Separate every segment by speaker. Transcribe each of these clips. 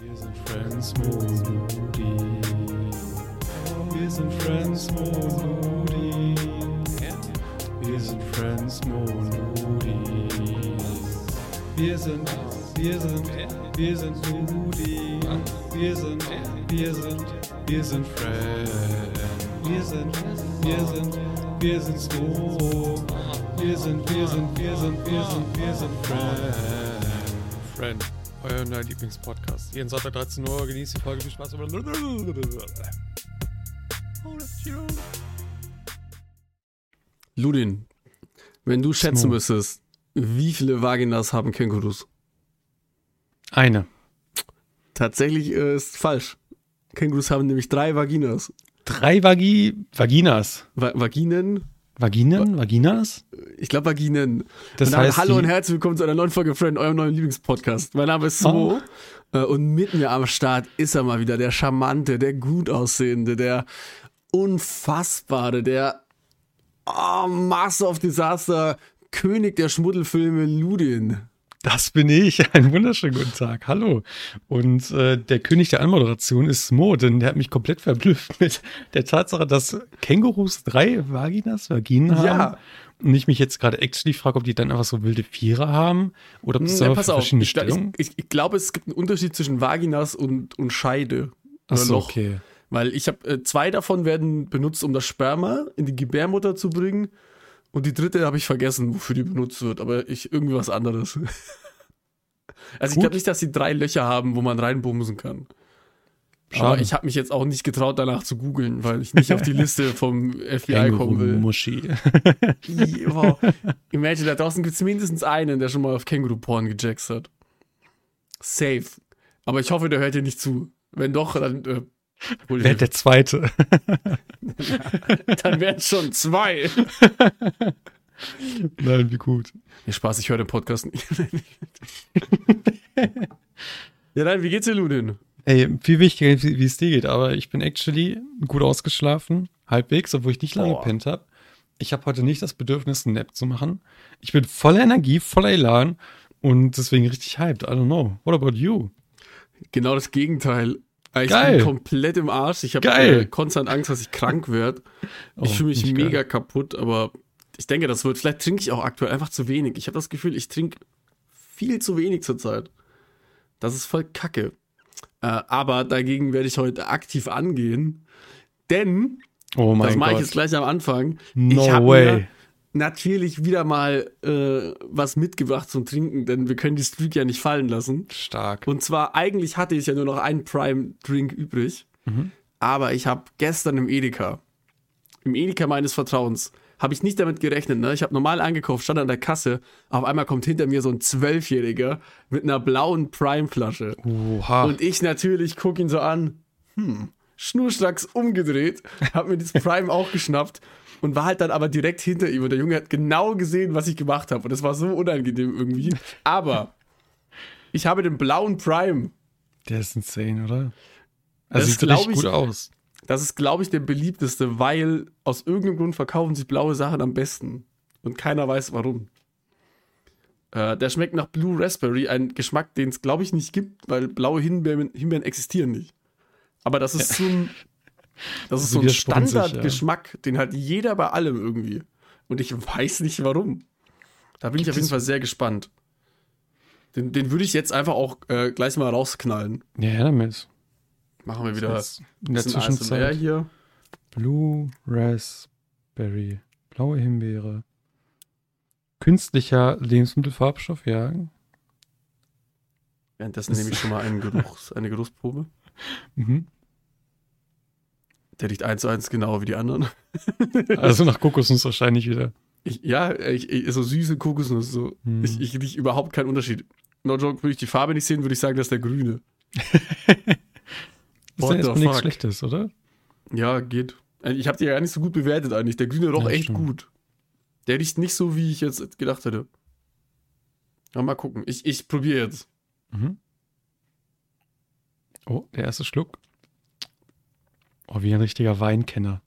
Speaker 1: Wir sind Friends Modi. Wir sind Friends Modi. Wir sind Friends Modi. Wir sind, wir sind, wir sind Modi. Wir sind, wir sind, wir sind Friends. Wir sind, wir sind, wir sind Snow. Wir sind, wir sind, wir sind, wir sind, wir sind Friends. Friend, euer neuer Lieblingspodcast. Jeden Sonntag 13 Uhr genießt die Folge. Viel Spaß.
Speaker 2: Ludin, wenn du schätzen
Speaker 1: Smo.
Speaker 2: müsstest, wie viele Vaginas haben Kängurus?
Speaker 1: Eine.
Speaker 2: Tatsächlich äh, ist falsch. Kängurus haben nämlich drei Vaginas.
Speaker 1: Drei Vagi Vaginas.
Speaker 2: Va Vaginen?
Speaker 1: Vaginen? Vaginas?
Speaker 2: Ich glaube Vaginen.
Speaker 1: Das
Speaker 2: und damit
Speaker 1: heißt,
Speaker 2: hallo
Speaker 1: die-
Speaker 2: und herzlich willkommen zu einer neuen Folge Friend, eurem neuen Lieblingspodcast. Mein Name ist Smo äh, und mit mir am Start ist er mal wieder der charmante, der gut aussehende, der unfassbare, der oh, Master of Disaster, König der Schmuddelfilme Ludin.
Speaker 1: Das bin ich. Einen wunderschönen guten Tag. Hallo. Und äh, der König der Anmoderation ist Mo, denn der hat mich komplett verblüfft mit der Tatsache, dass Kängurus drei Vaginas, Vaginen haben.
Speaker 2: Ja.
Speaker 1: Und ich mich jetzt gerade actually frage, ob die dann einfach so wilde Vierer haben oder ob das
Speaker 2: Ja,
Speaker 1: ja,
Speaker 2: pass auf,
Speaker 1: verschiedene
Speaker 2: ich, glaub-
Speaker 1: Stellungen.
Speaker 2: ich, ich, ich glaube, es gibt einen Unterschied zwischen Vaginas und, und Scheide.
Speaker 1: Ach
Speaker 2: Oder
Speaker 1: so,
Speaker 2: Loch.
Speaker 1: okay.
Speaker 2: Weil ich habe äh, zwei davon werden benutzt, um das Sperma in die Gebärmutter zu bringen. Und die dritte habe ich vergessen, wofür die benutzt wird, aber ich irgendwie was anderes. Also ich
Speaker 1: Gut.
Speaker 2: glaube nicht, dass sie drei Löcher haben, wo man reinbumsen kann. Aber
Speaker 1: Schade.
Speaker 2: ich habe mich jetzt auch nicht getraut, danach zu googeln, weil ich nicht auf die Liste vom FBI kommen will.
Speaker 1: Muschi.
Speaker 2: I- Wow. Imagine, da draußen gibt es mindestens einen, der schon mal auf Känguru-Porn gejackst hat. Safe. Aber ich hoffe, der hört dir nicht zu. Wenn doch, dann, äh, hol
Speaker 1: Wer
Speaker 2: dir-
Speaker 1: der zweite?
Speaker 2: dann wären es schon zwei.
Speaker 1: Nein, wie gut.
Speaker 2: Nee, Spaß, ich höre den Podcast nicht. ja, nein, wie geht's dir, Ludin?
Speaker 1: Ey, viel wichtiger, wie wie es dir geht, aber ich bin actually gut ausgeschlafen, halbwegs, obwohl ich nicht lange
Speaker 2: Boah.
Speaker 1: gepennt habe. Ich habe heute nicht das Bedürfnis, einen Nap zu machen. Ich bin voller Energie, voller Elan und deswegen richtig hyped. I don't know. What about you?
Speaker 2: Genau das Gegenteil. Ah, Ich
Speaker 1: Geil.
Speaker 2: bin komplett im Arsch. Ich habe
Speaker 1: Geil.
Speaker 2: äh, konstant Angst, dass ich krank werde.
Speaker 1: Oh,
Speaker 2: ich fühle mich
Speaker 1: nicht geil.
Speaker 2: mega kaputt, aber ich denke, das wird. Vielleicht trinke ich auch aktuell einfach zu wenig. Ich habe das Gefühl, ich trinke viel zu wenig zurzeit. Das ist voll kacke. Äh, aber dagegen werde ich heute aktiv angehen, denn,
Speaker 1: Oh
Speaker 2: das
Speaker 1: mein
Speaker 2: mache ich
Speaker 1: Gott.
Speaker 2: jetzt gleich am Anfang,
Speaker 1: No
Speaker 2: ich habe
Speaker 1: way.
Speaker 2: mir natürlich wieder mal äh, was mitgebracht zum Trinken, denn wir können die Streak ja nicht fallen lassen.
Speaker 1: Stark.
Speaker 2: Und zwar, eigentlich hatte ich ja nur noch einen Prime-Drink übrig.
Speaker 1: Mhm.
Speaker 2: Aber ich habe gestern im Edeka, im Edeka meines Vertrauens, habe ich nicht damit gerechnet. Ne? Ich habe normal eingekauft, stand an der Kasse. Auf einmal kommt hinter mir so ein Zwölfjähriger mit einer blauen Prime-Flasche.
Speaker 1: Oha.
Speaker 2: Und ich natürlich gucke ihn so an. Hm. Schnurstracks umgedreht, habe mir das Prime auch geschnappt und war halt dann aber direkt hinter ihm. Und der Junge hat genau gesehen, was ich gemacht habe. Und das war so unangenehm irgendwie. Aber ich habe den blauen Prime.
Speaker 1: der ist insane, oder?
Speaker 2: Das
Speaker 1: Also sieht
Speaker 2: glaub
Speaker 1: richtig
Speaker 2: ich-
Speaker 1: gut aus.
Speaker 2: Das ist, glaube ich, der beliebteste, weil aus irgendeinem Grund verkaufen sich blaue Sachen am besten. Und keiner weiß warum. Äh, der schmeckt nach Blue Raspberry, ein Geschmack, den es, glaube ich, nicht gibt, weil blaue Himbeeren, Himbeeren existieren nicht. Aber das ist so ein, das ist so
Speaker 1: Also
Speaker 2: ein
Speaker 1: Widersprüchlich, ja.
Speaker 2: Standardgeschmack, den hat jeder bei allem irgendwie. Und ich weiß nicht warum. Da bin ich auf jeden Fall sehr gespannt. Den, den würde ich jetzt einfach auch äh, gleich mal rausknallen.
Speaker 1: Ja, ja, damit.
Speaker 2: Machen wir wieder
Speaker 1: Jetzt In der
Speaker 2: bisschen ASMR
Speaker 1: Zwischenzeit.
Speaker 2: hier.
Speaker 1: Blue Raspberry, blaue Himbeere, künstlicher Lebensmittelfarbstoff, ja.
Speaker 2: Währenddessen
Speaker 1: Das-
Speaker 2: nehme ich schon mal einen Geruchs, eine Geruchsprobe.
Speaker 1: Mhm.
Speaker 2: Der riecht eins zu eins genau wie die anderen.
Speaker 1: Also nach Kokosnuss wahrscheinlich wieder.
Speaker 2: Ich, ja, ich, ich, so süße Kokosnuss. So.
Speaker 1: Hm.
Speaker 2: Ich, ich rieche überhaupt keinen Unterschied. No joke, würde ich die Farbe nicht sehen, würde ich sagen, das ist der grüne.
Speaker 1: ist
Speaker 2: what
Speaker 1: ja
Speaker 2: the
Speaker 1: erstmal nichts
Speaker 2: fuck?
Speaker 1: Schlechtes, oder?
Speaker 2: Ja, geht. Also, Ich habe die ja gar nicht so gut bewertet eigentlich. Der grüne roch
Speaker 1: Ja,
Speaker 2: echt
Speaker 1: stimmt.
Speaker 2: gut. Der riecht nicht so, wie ich jetzt gedacht hätte. Ja, mal gucken. Ich, ich probiere jetzt.
Speaker 1: Mhm. Oh, der erste Schluck. Oh, wie ein richtiger Weinkenner.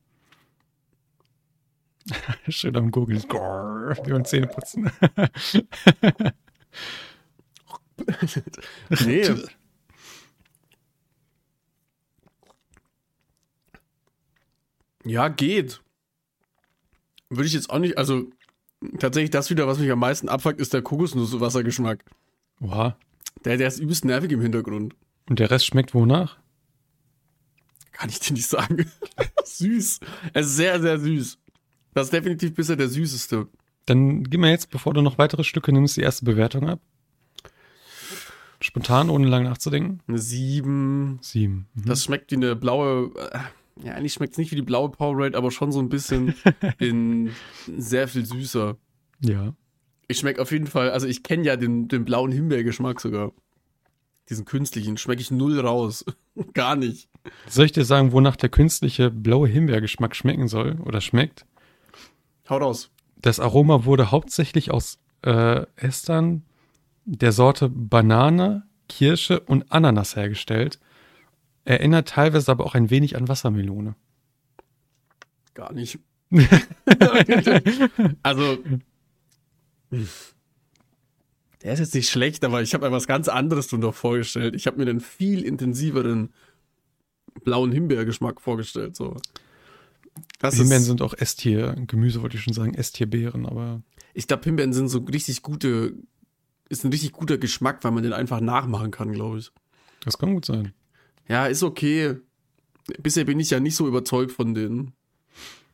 Speaker 1: Schön am Gurgeln. Grrr, Wie beim Zähneputzen.
Speaker 2: nee. Ja, geht. Würde ich jetzt auch nicht, also tatsächlich das wieder, was mich am meisten abfuckt, ist der Kokosnusswassergeschmack.
Speaker 3: Oha.
Speaker 2: Der, der ist übelst nervig im Hintergrund.
Speaker 3: Und der Rest schmeckt wonach?
Speaker 2: Kann ich dir nicht sagen. süß. Er ist sehr, sehr süß. Das ist definitiv bisher der süßeste.
Speaker 3: Dann gib mir jetzt, bevor du noch weitere Stücke nimmst, die erste Bewertung ab. Spontan, ohne lange nachzudenken.
Speaker 2: Eine 7.
Speaker 3: Sieben. Mhm.
Speaker 2: Das schmeckt wie eine blaue. Äh, ja, eigentlich schmeckt es nicht wie die blaue Powerade, aber schon so ein bisschen in sehr viel süßer.
Speaker 3: ja.
Speaker 2: Ich schmecke auf jeden Fall, also ich kenne ja den, den blauen Himbeergeschmack sogar. Diesen künstlichen schmecke ich null raus. Gar nicht.
Speaker 3: Soll ich dir sagen, wonach der künstliche blaue Himbeergeschmack schmecken soll oder schmeckt?
Speaker 2: Hau raus.
Speaker 3: Das Aroma wurde hauptsächlich aus äh, Estern der Sorte Banane, Kirsche und Ananas hergestellt. Erinnert teilweise aber auch ein wenig an Wassermelone.
Speaker 2: Gar nicht. also. Der ist jetzt nicht schlecht, aber ich habe mir was ganz anderes drunter vorgestellt. Ich habe mir den viel intensiveren blauen Himbeergeschmack vorgestellt. So. Das
Speaker 3: Himbeeren
Speaker 2: ist,
Speaker 3: sind auch S-Tier, Gemüse wollte ich schon sagen, S-Tier Beeren, aber
Speaker 2: ich glaube, Himbeeren sind so richtig gute, ist ein richtig guter Geschmack, weil man den einfach nachmachen kann, glaube ich.
Speaker 3: das kann gut sein.
Speaker 2: Ja, ist okay. Bisher bin ich ja nicht so überzeugt von denen.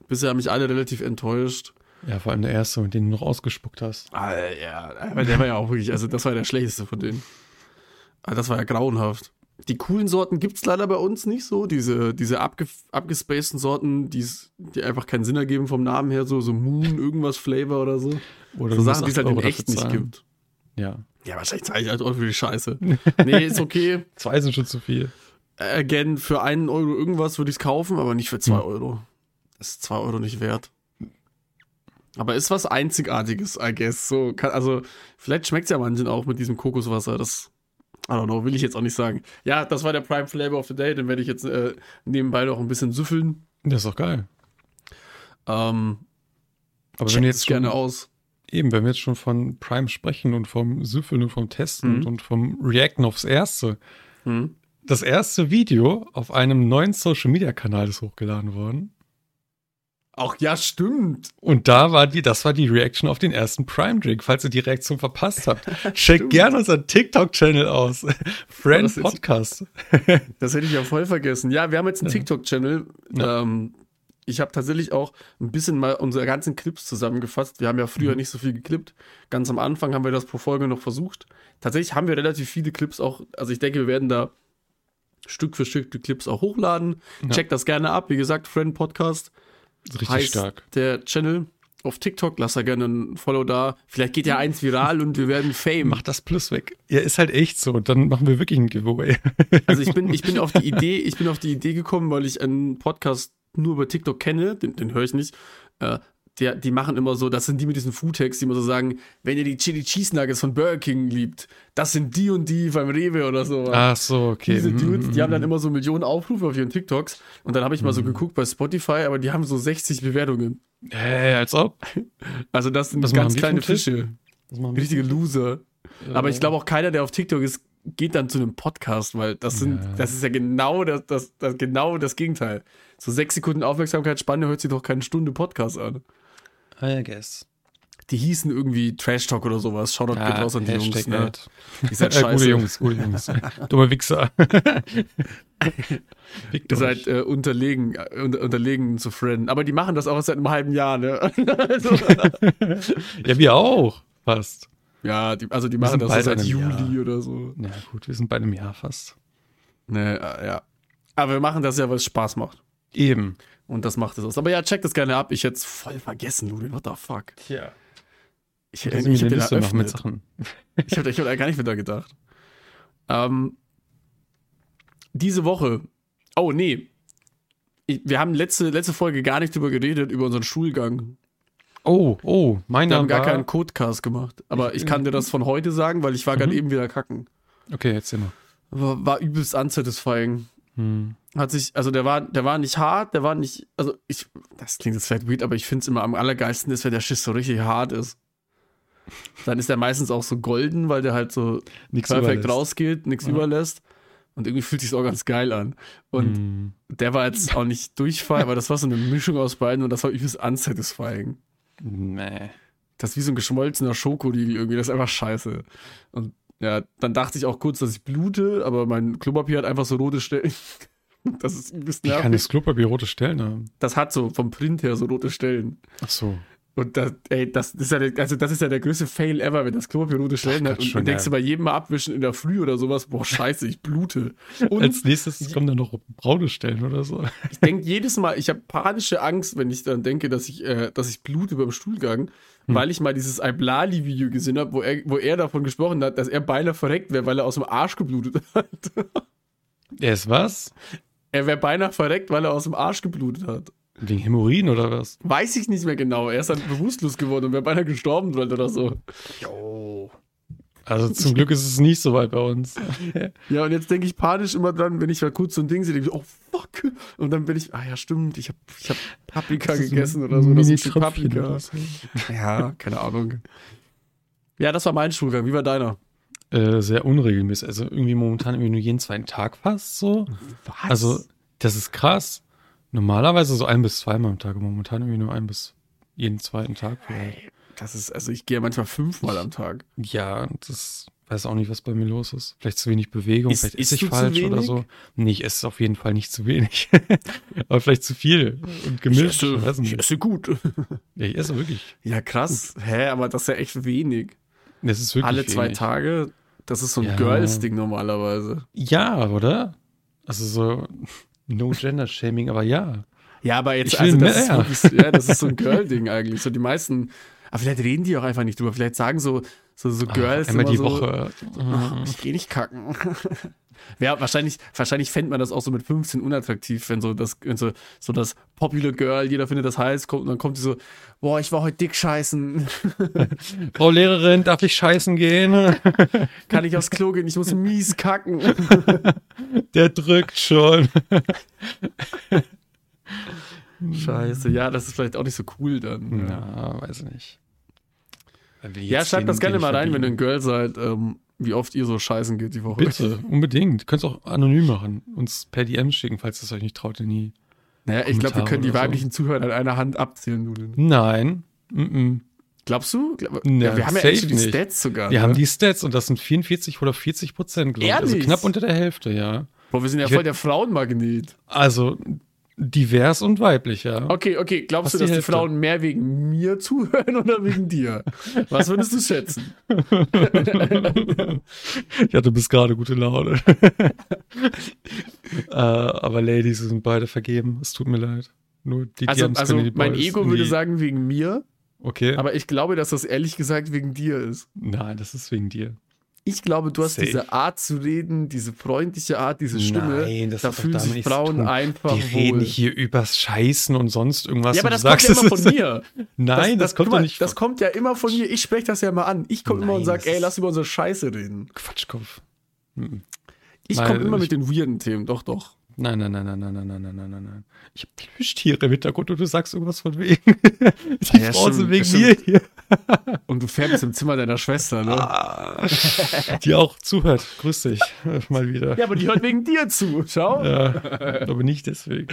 Speaker 2: Bisher haben mich alle relativ enttäuscht.
Speaker 3: Ja, vor allem der erste, mit dem du noch ausgespuckt hast.
Speaker 2: Ah, ja, aber der war ja auch wirklich, also das war der schlechteste von denen. Ah, das war ja grauenhaft. Die coolen Sorten gibt's leider bei uns nicht so. Diese, diese abge abgespaceden Sorten, die's, die einfach keinen Sinn ergeben vom Namen her, so, so Moon, irgendwas Flavor oder so.
Speaker 3: Oder
Speaker 2: So
Speaker 3: du musst
Speaker 2: Sachen, die es
Speaker 3: acht
Speaker 2: halt in
Speaker 3: Euro
Speaker 2: echt
Speaker 3: dafür
Speaker 2: nicht
Speaker 3: zahlen.
Speaker 2: gibt.
Speaker 3: Ja.
Speaker 2: Ja, wahrscheinlich zahle ich halt auch für die Scheiße. Nee, ist okay.
Speaker 3: Zwei sind schon zu viel.
Speaker 2: Again, für einen Euro irgendwas würde ich's kaufen, aber nicht für zwei
Speaker 3: Hm.
Speaker 2: Euro. Das ist zwei Euro nicht wert. Aber ist was Einzigartiges, I guess. So kann, also, vielleicht schmeckt's ja manchen auch mit diesem Kokoswasser. Das, I don't know, will ich jetzt auch nicht sagen. Ja, das war der Prime Flavor of the Day. Den werde ich jetzt äh, nebenbei noch ein bisschen süffeln.
Speaker 3: Das ist doch geil.
Speaker 2: Ähm,
Speaker 3: Aber
Speaker 2: checkt
Speaker 3: wenn du
Speaker 2: es
Speaker 3: jetzt schon
Speaker 2: gerne aus.
Speaker 3: Eben, wenn wir jetzt schon von Prime sprechen und vom Süffeln und vom Testen
Speaker 2: Mhm.
Speaker 3: und vom Reacten aufs Erste.
Speaker 2: Hm?
Speaker 3: Das erste Video auf einem neuen Social-Media-Kanal ist hochgeladen worden.
Speaker 2: Auch ja, stimmt.
Speaker 3: Und da war die, das war die Reaction auf den ersten Prime-Drink. Falls ihr die Reaktion verpasst habt, checkt gerne unseren TikTok-Channel aus.
Speaker 2: Oh,
Speaker 3: Friend
Speaker 2: das jetzt-
Speaker 3: Podcast.
Speaker 2: Das hätte ich ja voll vergessen. Ja, wir haben jetzt einen
Speaker 3: Ja.
Speaker 2: TikTok-Channel.
Speaker 3: Ja.
Speaker 2: Ähm, ich habe tatsächlich auch ein bisschen mal unsere ganzen Clips zusammengefasst. Wir haben ja
Speaker 3: Mhm.
Speaker 2: früher nicht so viel geklippt. Ganz am Anfang haben wir das pro Folge noch versucht. Tatsächlich haben wir relativ viele Clips auch. Also ich denke, wir werden da Stück für Stück die Clips auch hochladen.
Speaker 3: Ja.
Speaker 2: Checkt das gerne ab. Wie gesagt, Friend Podcast
Speaker 3: Richtig
Speaker 2: heißt
Speaker 3: stark.
Speaker 2: der Channel. Auf TikTok lasst da gerne ein Follow da. Vielleicht geht ja eins viral und wir werden Fame.
Speaker 3: Macht das Plus weg. Ja, ist halt echt so. Und dann machen wir wirklich ein Giveaway.
Speaker 2: Also ich bin, ich bin auf die Idee, ich bin auf die Idee gekommen, weil ich einen Podcast nur über TikTok kenne, den, den höre ich nicht. Äh, der, die machen immer so, das sind die mit diesen Foodtags, die immer so sagen, wenn ihr die Chili Cheese Nuggets von Burger King liebt, das sind die und die beim Rewe oder so.
Speaker 3: Ach so, okay.
Speaker 2: Diese
Speaker 3: Mhm,
Speaker 2: Dudes, die
Speaker 3: mhm,
Speaker 2: haben dann
Speaker 3: mhm.
Speaker 2: immer so Millionen Aufrufe auf ihren TikToks und dann habe ich mal so geguckt bei Spotify, aber die haben so 60 Bewertungen.
Speaker 3: Hey, als ob.
Speaker 2: Also das sind
Speaker 3: Was machen
Speaker 2: ganz
Speaker 3: die
Speaker 2: kleine
Speaker 3: für einen Tipp?
Speaker 2: Fische,
Speaker 3: Das machen wir-
Speaker 2: richtige Loser. Aber ich
Speaker 3: Äh,
Speaker 2: glaube auch keiner, der auf TikTok ist, geht dann zu einem Podcast, weil das sind,
Speaker 3: Ja.
Speaker 2: das ist ja genau das, das, das, genau das Gegenteil. So sechs Sekunden Aufmerksamkeitsspanne hört sich doch keine Stunde Podcast an.
Speaker 3: I guess.
Speaker 2: Die hießen irgendwie Trash Talk oder sowas. Shoutout geht raus an die
Speaker 3: Hashtag
Speaker 2: Jungs. Ne?
Speaker 3: Ad.
Speaker 2: Ihr seid
Speaker 3: Äh,
Speaker 2: scheiße.
Speaker 3: Gute Jungs, gute Jungs. Dumme Wichser. Fickt
Speaker 2: Ihr
Speaker 3: euch.
Speaker 2: seid äh, unterlegen, äh, unter, unterlegen zu Friend. Aber die machen das auch seit einem halben Jahr, ne? also,
Speaker 3: ja, wir auch. Fast.
Speaker 2: ja, die, also die
Speaker 3: sind
Speaker 2: machen das so
Speaker 3: bald
Speaker 2: seit
Speaker 3: einem
Speaker 2: Juli
Speaker 3: Jahr.
Speaker 2: oder so.
Speaker 3: Na gut, wir sind bei einem Jahr fast.
Speaker 2: Ne, äh, ja. Aber wir machen das ja, weil es Spaß macht.
Speaker 3: Eben.
Speaker 2: Und das macht es aus. Aber ja, checkt das gerne ab. Ich hätte es voll vergessen, Ludwig. What the fuck?
Speaker 3: Tja.
Speaker 2: Ich, äh,
Speaker 3: Ich,
Speaker 2: ich, hab
Speaker 3: ich, ich
Speaker 2: den
Speaker 3: eine Liste machen mit
Speaker 2: eröffnet.
Speaker 3: Sachen.
Speaker 2: Ich habe ich hab da gar nicht wieder gedacht. Ähm, diese Woche. Oh, nee. Ich, wir haben letzte, letzte Folge gar nicht drüber geredet, über unseren Schulgang.
Speaker 3: Oh, oh,
Speaker 2: Wir
Speaker 3: meiner
Speaker 2: haben gar
Speaker 3: war-
Speaker 2: keinen Codecast gemacht. Aber
Speaker 3: Ich-
Speaker 2: ich, kann dir das von heute sagen, weil ich war gerade eben wieder kacken.
Speaker 3: Okay, jetzt immer.
Speaker 2: War, war übelst unsatisfying.
Speaker 3: Hm.
Speaker 2: Hat sich, also der war, der war nicht hart, der war nicht, also ich, das klingt jetzt vielleicht weird, aber ich finde es immer am allergeilsten ist, wenn der Schiss so richtig hart ist. Dann ist der meistens auch so golden, weil der halt so
Speaker 3: Nix
Speaker 2: perfekt
Speaker 3: überlässt.
Speaker 2: rausgeht, nichts
Speaker 3: Ja.
Speaker 2: überlässt. Und irgendwie fühlt sich's auch ganz geil an. Und
Speaker 3: Mm.
Speaker 2: der war jetzt auch nicht Durchfall, aber das war so eine Mischung aus beiden und das war übelst unsatisfying.
Speaker 3: Nee.
Speaker 2: Das ist wie so ein geschmolzener Schokoriegel irgendwie, das ist einfach scheiße. Und ja, dann dachte ich auch kurz, dass ich blute, aber mein Klopapier hat einfach so rote Stellen. Das ist übelst
Speaker 3: Wie kann
Speaker 2: nervig.
Speaker 3: das Klopapier rote Stellen ne? haben?
Speaker 2: Das hat so vom Print her so rote Stellen.
Speaker 3: Ach so.
Speaker 2: Und das, ey, das ist ja der, also das ist ja der größte Fail ever, wenn das Klopapier rote Stellen
Speaker 3: Ach
Speaker 2: hat
Speaker 3: Gott,
Speaker 2: und
Speaker 3: schon
Speaker 2: dann denkst du
Speaker 3: geil.
Speaker 2: bei jedem Mal abwischen in der Früh oder sowas, boah, scheiße, ich blute. Und
Speaker 3: Als nächstes kommen dann noch braune Stellen oder so.
Speaker 2: ich denke jedes Mal, ich habe panische Angst, wenn ich dann denke, dass ich, äh, dass ich blute beim Stuhlgang,
Speaker 3: Hm.
Speaker 2: weil ich mal dieses Iblali-Video gesehen habe, wo er, wo er davon gesprochen hat, dass er beinahe verreckt wäre, weil er aus dem Arsch geblutet hat.
Speaker 3: Er ist was?
Speaker 2: Er wäre beinahe verreckt, weil er aus dem Arsch geblutet hat.
Speaker 3: Wegen Hämorrhoiden oder was?
Speaker 2: Weiß ich nicht mehr genau. Er ist dann bewusstlos geworden und wäre beinahe gestorben dran oder so.
Speaker 3: Also zum Glück ist es nicht so weit bei uns.
Speaker 2: Ja, und jetzt denke ich panisch immer dran, wenn ich mal kurz so ein Ding sehe, denke ich, oh fuck. Und dann bin ich, ah ja, stimmt, ich habe ich hab Paprika gegessen oder so. Das ist ein
Speaker 3: Mini-Tröpfchen
Speaker 2: Paprika.
Speaker 3: oder so.
Speaker 2: Ja, keine Ahnung. Ja, das war mein Schulgang. Wie war deiner?
Speaker 3: Äh, sehr unregelmäßig. Also irgendwie momentan irgendwie nur jeden zweiten Tag fast so.
Speaker 2: Was?
Speaker 3: Also das ist krass. Normalerweise so ein bis zweimal am Tag. Momentan irgendwie nur ein bis jeden zweiten Tag. vielleicht.
Speaker 2: Ey, das ist, also ich gehe manchmal fünfmal am Tag.
Speaker 3: Ja, das weiß auch nicht, was bei mir los ist. Vielleicht zu wenig Bewegung,
Speaker 2: Ist-
Speaker 3: vielleicht
Speaker 2: isst
Speaker 3: esse ich
Speaker 2: du zu
Speaker 3: falsch oder
Speaker 2: wenig?
Speaker 3: so. Nee, ich esse auf jeden Fall nicht zu wenig. Aber vielleicht zu viel und gemischt. Ich weiß
Speaker 2: ich
Speaker 3: nicht.
Speaker 2: esse gut.
Speaker 3: Ja, ich esse wirklich.
Speaker 2: Ja, krass. Hä, aber das ist ja echt wenig.
Speaker 3: Das ist wirklich
Speaker 2: Alle zwei
Speaker 3: wenig.
Speaker 2: Tage, das ist so ein
Speaker 3: Ja.
Speaker 2: Girls-Ding normalerweise.
Speaker 3: Ja, oder? Also so no gender shaming, aber ja.
Speaker 2: Ja, aber jetzt,
Speaker 3: Ich
Speaker 2: also
Speaker 3: will
Speaker 2: das
Speaker 3: mehr.
Speaker 2: ist wirklich, ja, das ist so ein Girl-Ding eigentlich. So die meisten, aber vielleicht reden die auch einfach nicht drüber. Vielleicht sagen so, so, so Girls
Speaker 3: Ah, einmal
Speaker 2: immer
Speaker 3: die
Speaker 2: so,
Speaker 3: Woche.
Speaker 2: "Ach, ich gehe nicht kacken. ja, wahrscheinlich, wahrscheinlich fände man das auch so mit 15 unattraktiv, wenn so das, wenn so, so das Popular Girl, jeder findet das heiß, kommt und dann kommt sie so, boah, ich war heute dick scheißen,
Speaker 3: Frau Lehrerin, darf ich scheißen gehen?
Speaker 2: kann ich aufs Klo gehen, ich muss mies kacken.
Speaker 3: Der drückt schon.
Speaker 2: Scheiße, ja, das ist vielleicht auch nicht so cool dann.
Speaker 3: Na, weiß nicht.
Speaker 2: Ja, schreibt das gerne mal rein, wenn ihr ein Girl seid, ähm, wie oft ihr so scheißen geht die Woche.
Speaker 3: Bitte, unbedingt. Könnt es auch anonym machen. Uns per DM schicken, falls es euch nicht traut, ihr nie.
Speaker 2: Naja, ich glaube, wir
Speaker 3: Kommentare
Speaker 2: können die
Speaker 3: oder so.
Speaker 2: weiblichen Zuhörer an einer Hand abzählen, Nudeln.
Speaker 3: Nein. Mm
Speaker 2: Glaubst du? Glaub,
Speaker 3: Na,
Speaker 2: ja, wir haben ja
Speaker 3: safe
Speaker 2: echt schon die
Speaker 3: nicht.
Speaker 2: Stats sogar.
Speaker 3: -mm. Wir
Speaker 2: ne?
Speaker 3: haben die Stats und das sind 44 oder 40 Prozent, glaube ich. Also
Speaker 2: Ehrlich?
Speaker 3: knapp unter der Hälfte, ja.
Speaker 2: Boah, wir sind ja
Speaker 3: Ich
Speaker 2: voll
Speaker 3: werd-
Speaker 2: der Frauenmagnet.
Speaker 3: Also divers und weiblich, ja.
Speaker 2: Okay, okay, glaubst
Speaker 3: Fast
Speaker 2: du, dass
Speaker 3: die
Speaker 2: die
Speaker 3: Hälfte.
Speaker 2: Frauen mehr wegen mir zuhören oder wegen dir? Was würdest du schätzen?
Speaker 3: Ich hatte bis gerade gute Laune. äh, aber Ladies sind beide vergeben. Es tut mir leid. Nur die
Speaker 2: Also,
Speaker 3: DMs
Speaker 2: also
Speaker 3: können die
Speaker 2: mein
Speaker 3: Boys
Speaker 2: Ego würde
Speaker 3: nie-
Speaker 2: sagen wegen mir,
Speaker 3: Okay.
Speaker 2: aber ich glaube, dass das ehrlich gesagt wegen dir ist.
Speaker 3: Nein, das ist wegen dir.
Speaker 2: Ich glaube, du hast
Speaker 3: Safe.
Speaker 2: diese Art zu reden, diese freundliche Art, diese Stimme.
Speaker 3: Nein, das
Speaker 2: da
Speaker 3: hat doch
Speaker 2: fühlen
Speaker 3: damit
Speaker 2: sich
Speaker 3: nichts zu
Speaker 2: Frauen
Speaker 3: tun.
Speaker 2: einfach
Speaker 3: die reden
Speaker 2: wohl.
Speaker 3: hier übers Scheißen und sonst irgendwas.
Speaker 2: ja, aber
Speaker 3: und
Speaker 2: das
Speaker 3: du sagst,
Speaker 2: kommt ja immer
Speaker 3: es
Speaker 2: von mir.
Speaker 3: ist- Nein, das,
Speaker 2: guck
Speaker 3: kommt
Speaker 2: mal,
Speaker 3: doch nicht
Speaker 2: Das
Speaker 3: von
Speaker 2: kommt ja immer von mir. Ich spreche das ja immer an. Ich komme immer
Speaker 3: Nein,
Speaker 2: und sage,
Speaker 3: das
Speaker 2: ey,
Speaker 3: ist-
Speaker 2: lass über unsere Scheiße reden.
Speaker 3: Quatschkopf.
Speaker 2: Ich
Speaker 3: Nein,
Speaker 2: komme immer
Speaker 3: ich-
Speaker 2: mit den weirden Themen. Doch, doch.
Speaker 3: Nein, nein, nein, nein, nein, nein, nein, nein, nein, nein, nein. Ich hab Plüschtiere im Hintergrund und du sagst irgendwas von wegen. Die
Speaker 2: Ah, ja,
Speaker 3: Frauen sind
Speaker 2: stimmt,
Speaker 3: wegen mir
Speaker 2: stimmt.
Speaker 3: hier.
Speaker 2: Und du färbst im Zimmer deiner Schwester, ne?
Speaker 3: Ah, die auch zuhört. Grüß dich. äh, Mal wieder.
Speaker 2: Ja, aber die hört wegen dir zu. Schau.
Speaker 3: Ja, aber nicht deswegen.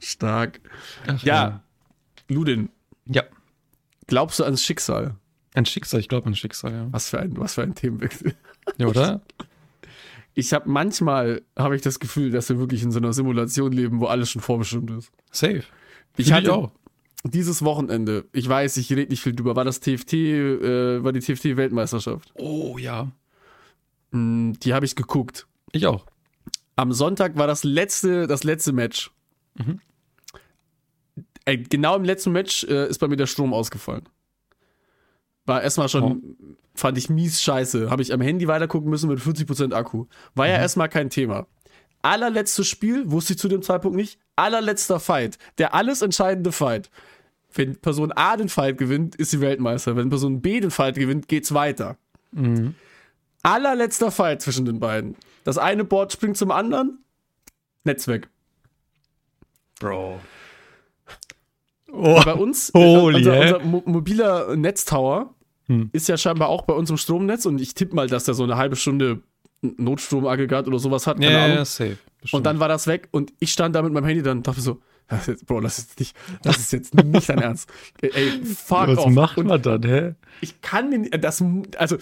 Speaker 2: Stark.
Speaker 3: Ach,
Speaker 2: Ja. Ludin,
Speaker 3: Ja.
Speaker 2: glaubst du ans Schicksal?
Speaker 3: Ein Schicksal, ich glaube an Schicksal, ja.
Speaker 2: Was für ein, was für ein Themenwechsel.
Speaker 3: Ja, oder?
Speaker 2: Ich habe manchmal habe ich das Gefühl, dass wir wirklich in so einer Simulation leben, wo alles schon vorbestimmt ist.
Speaker 3: Safe.
Speaker 2: Ich
Speaker 3: Fühl
Speaker 2: hatte-
Speaker 3: auch.
Speaker 2: Dieses Wochenende, ich weiß, ich rede nicht viel drüber, war das TFT, äh, war die TFT Weltmeisterschaft.
Speaker 3: Oh ja.
Speaker 2: Mm, Die habe ich geguckt.
Speaker 3: Ich auch.
Speaker 2: Am Sonntag war das letzte, das letzte Match.
Speaker 3: Mhm.
Speaker 2: Ey, genau im letzten Match äh, ist bei mir der Strom ausgefallen. War erstmal schon, fand ich mies scheiße. Habe ich am Handy weitergucken müssen mit 40% Akku. War ja erstmal kein Thema. Allerletztes Spiel, wusste ich zu dem Zeitpunkt nicht. Allerletzter Fight. Der alles entscheidende Fight. Wenn Person A den Fight gewinnt, ist sie Weltmeister. Wenn Person B den Fight gewinnt, geht's weiter
Speaker 3: Mhm.
Speaker 2: allerletzter Fall zwischen den beiden. Das eine Board springt zum anderen, Netz weg.
Speaker 3: Bro. Oh.
Speaker 2: Bei uns,
Speaker 3: Holy
Speaker 2: unser,
Speaker 3: hell.
Speaker 2: unser mo mobiler Netztower
Speaker 3: Hm.
Speaker 2: ist ja scheinbar auch bei uns im Stromnetz und ich tippe mal, dass der so eine halbe Stunde Notstromaggregat oder sowas hat, keine
Speaker 3: ja,
Speaker 2: Ahnung.
Speaker 3: ja, safe.
Speaker 2: und
Speaker 3: bestimmt.
Speaker 2: dann war das weg und ich stand da mit meinem Handy dann und dachte so, das ist- Bro, das ist nicht, das ist jetzt nicht dein Ernst. Ey, Ey, fuck
Speaker 3: was
Speaker 2: off.
Speaker 3: macht
Speaker 2: und
Speaker 3: man dann, hä?
Speaker 2: ich kann mir nicht- das mu- also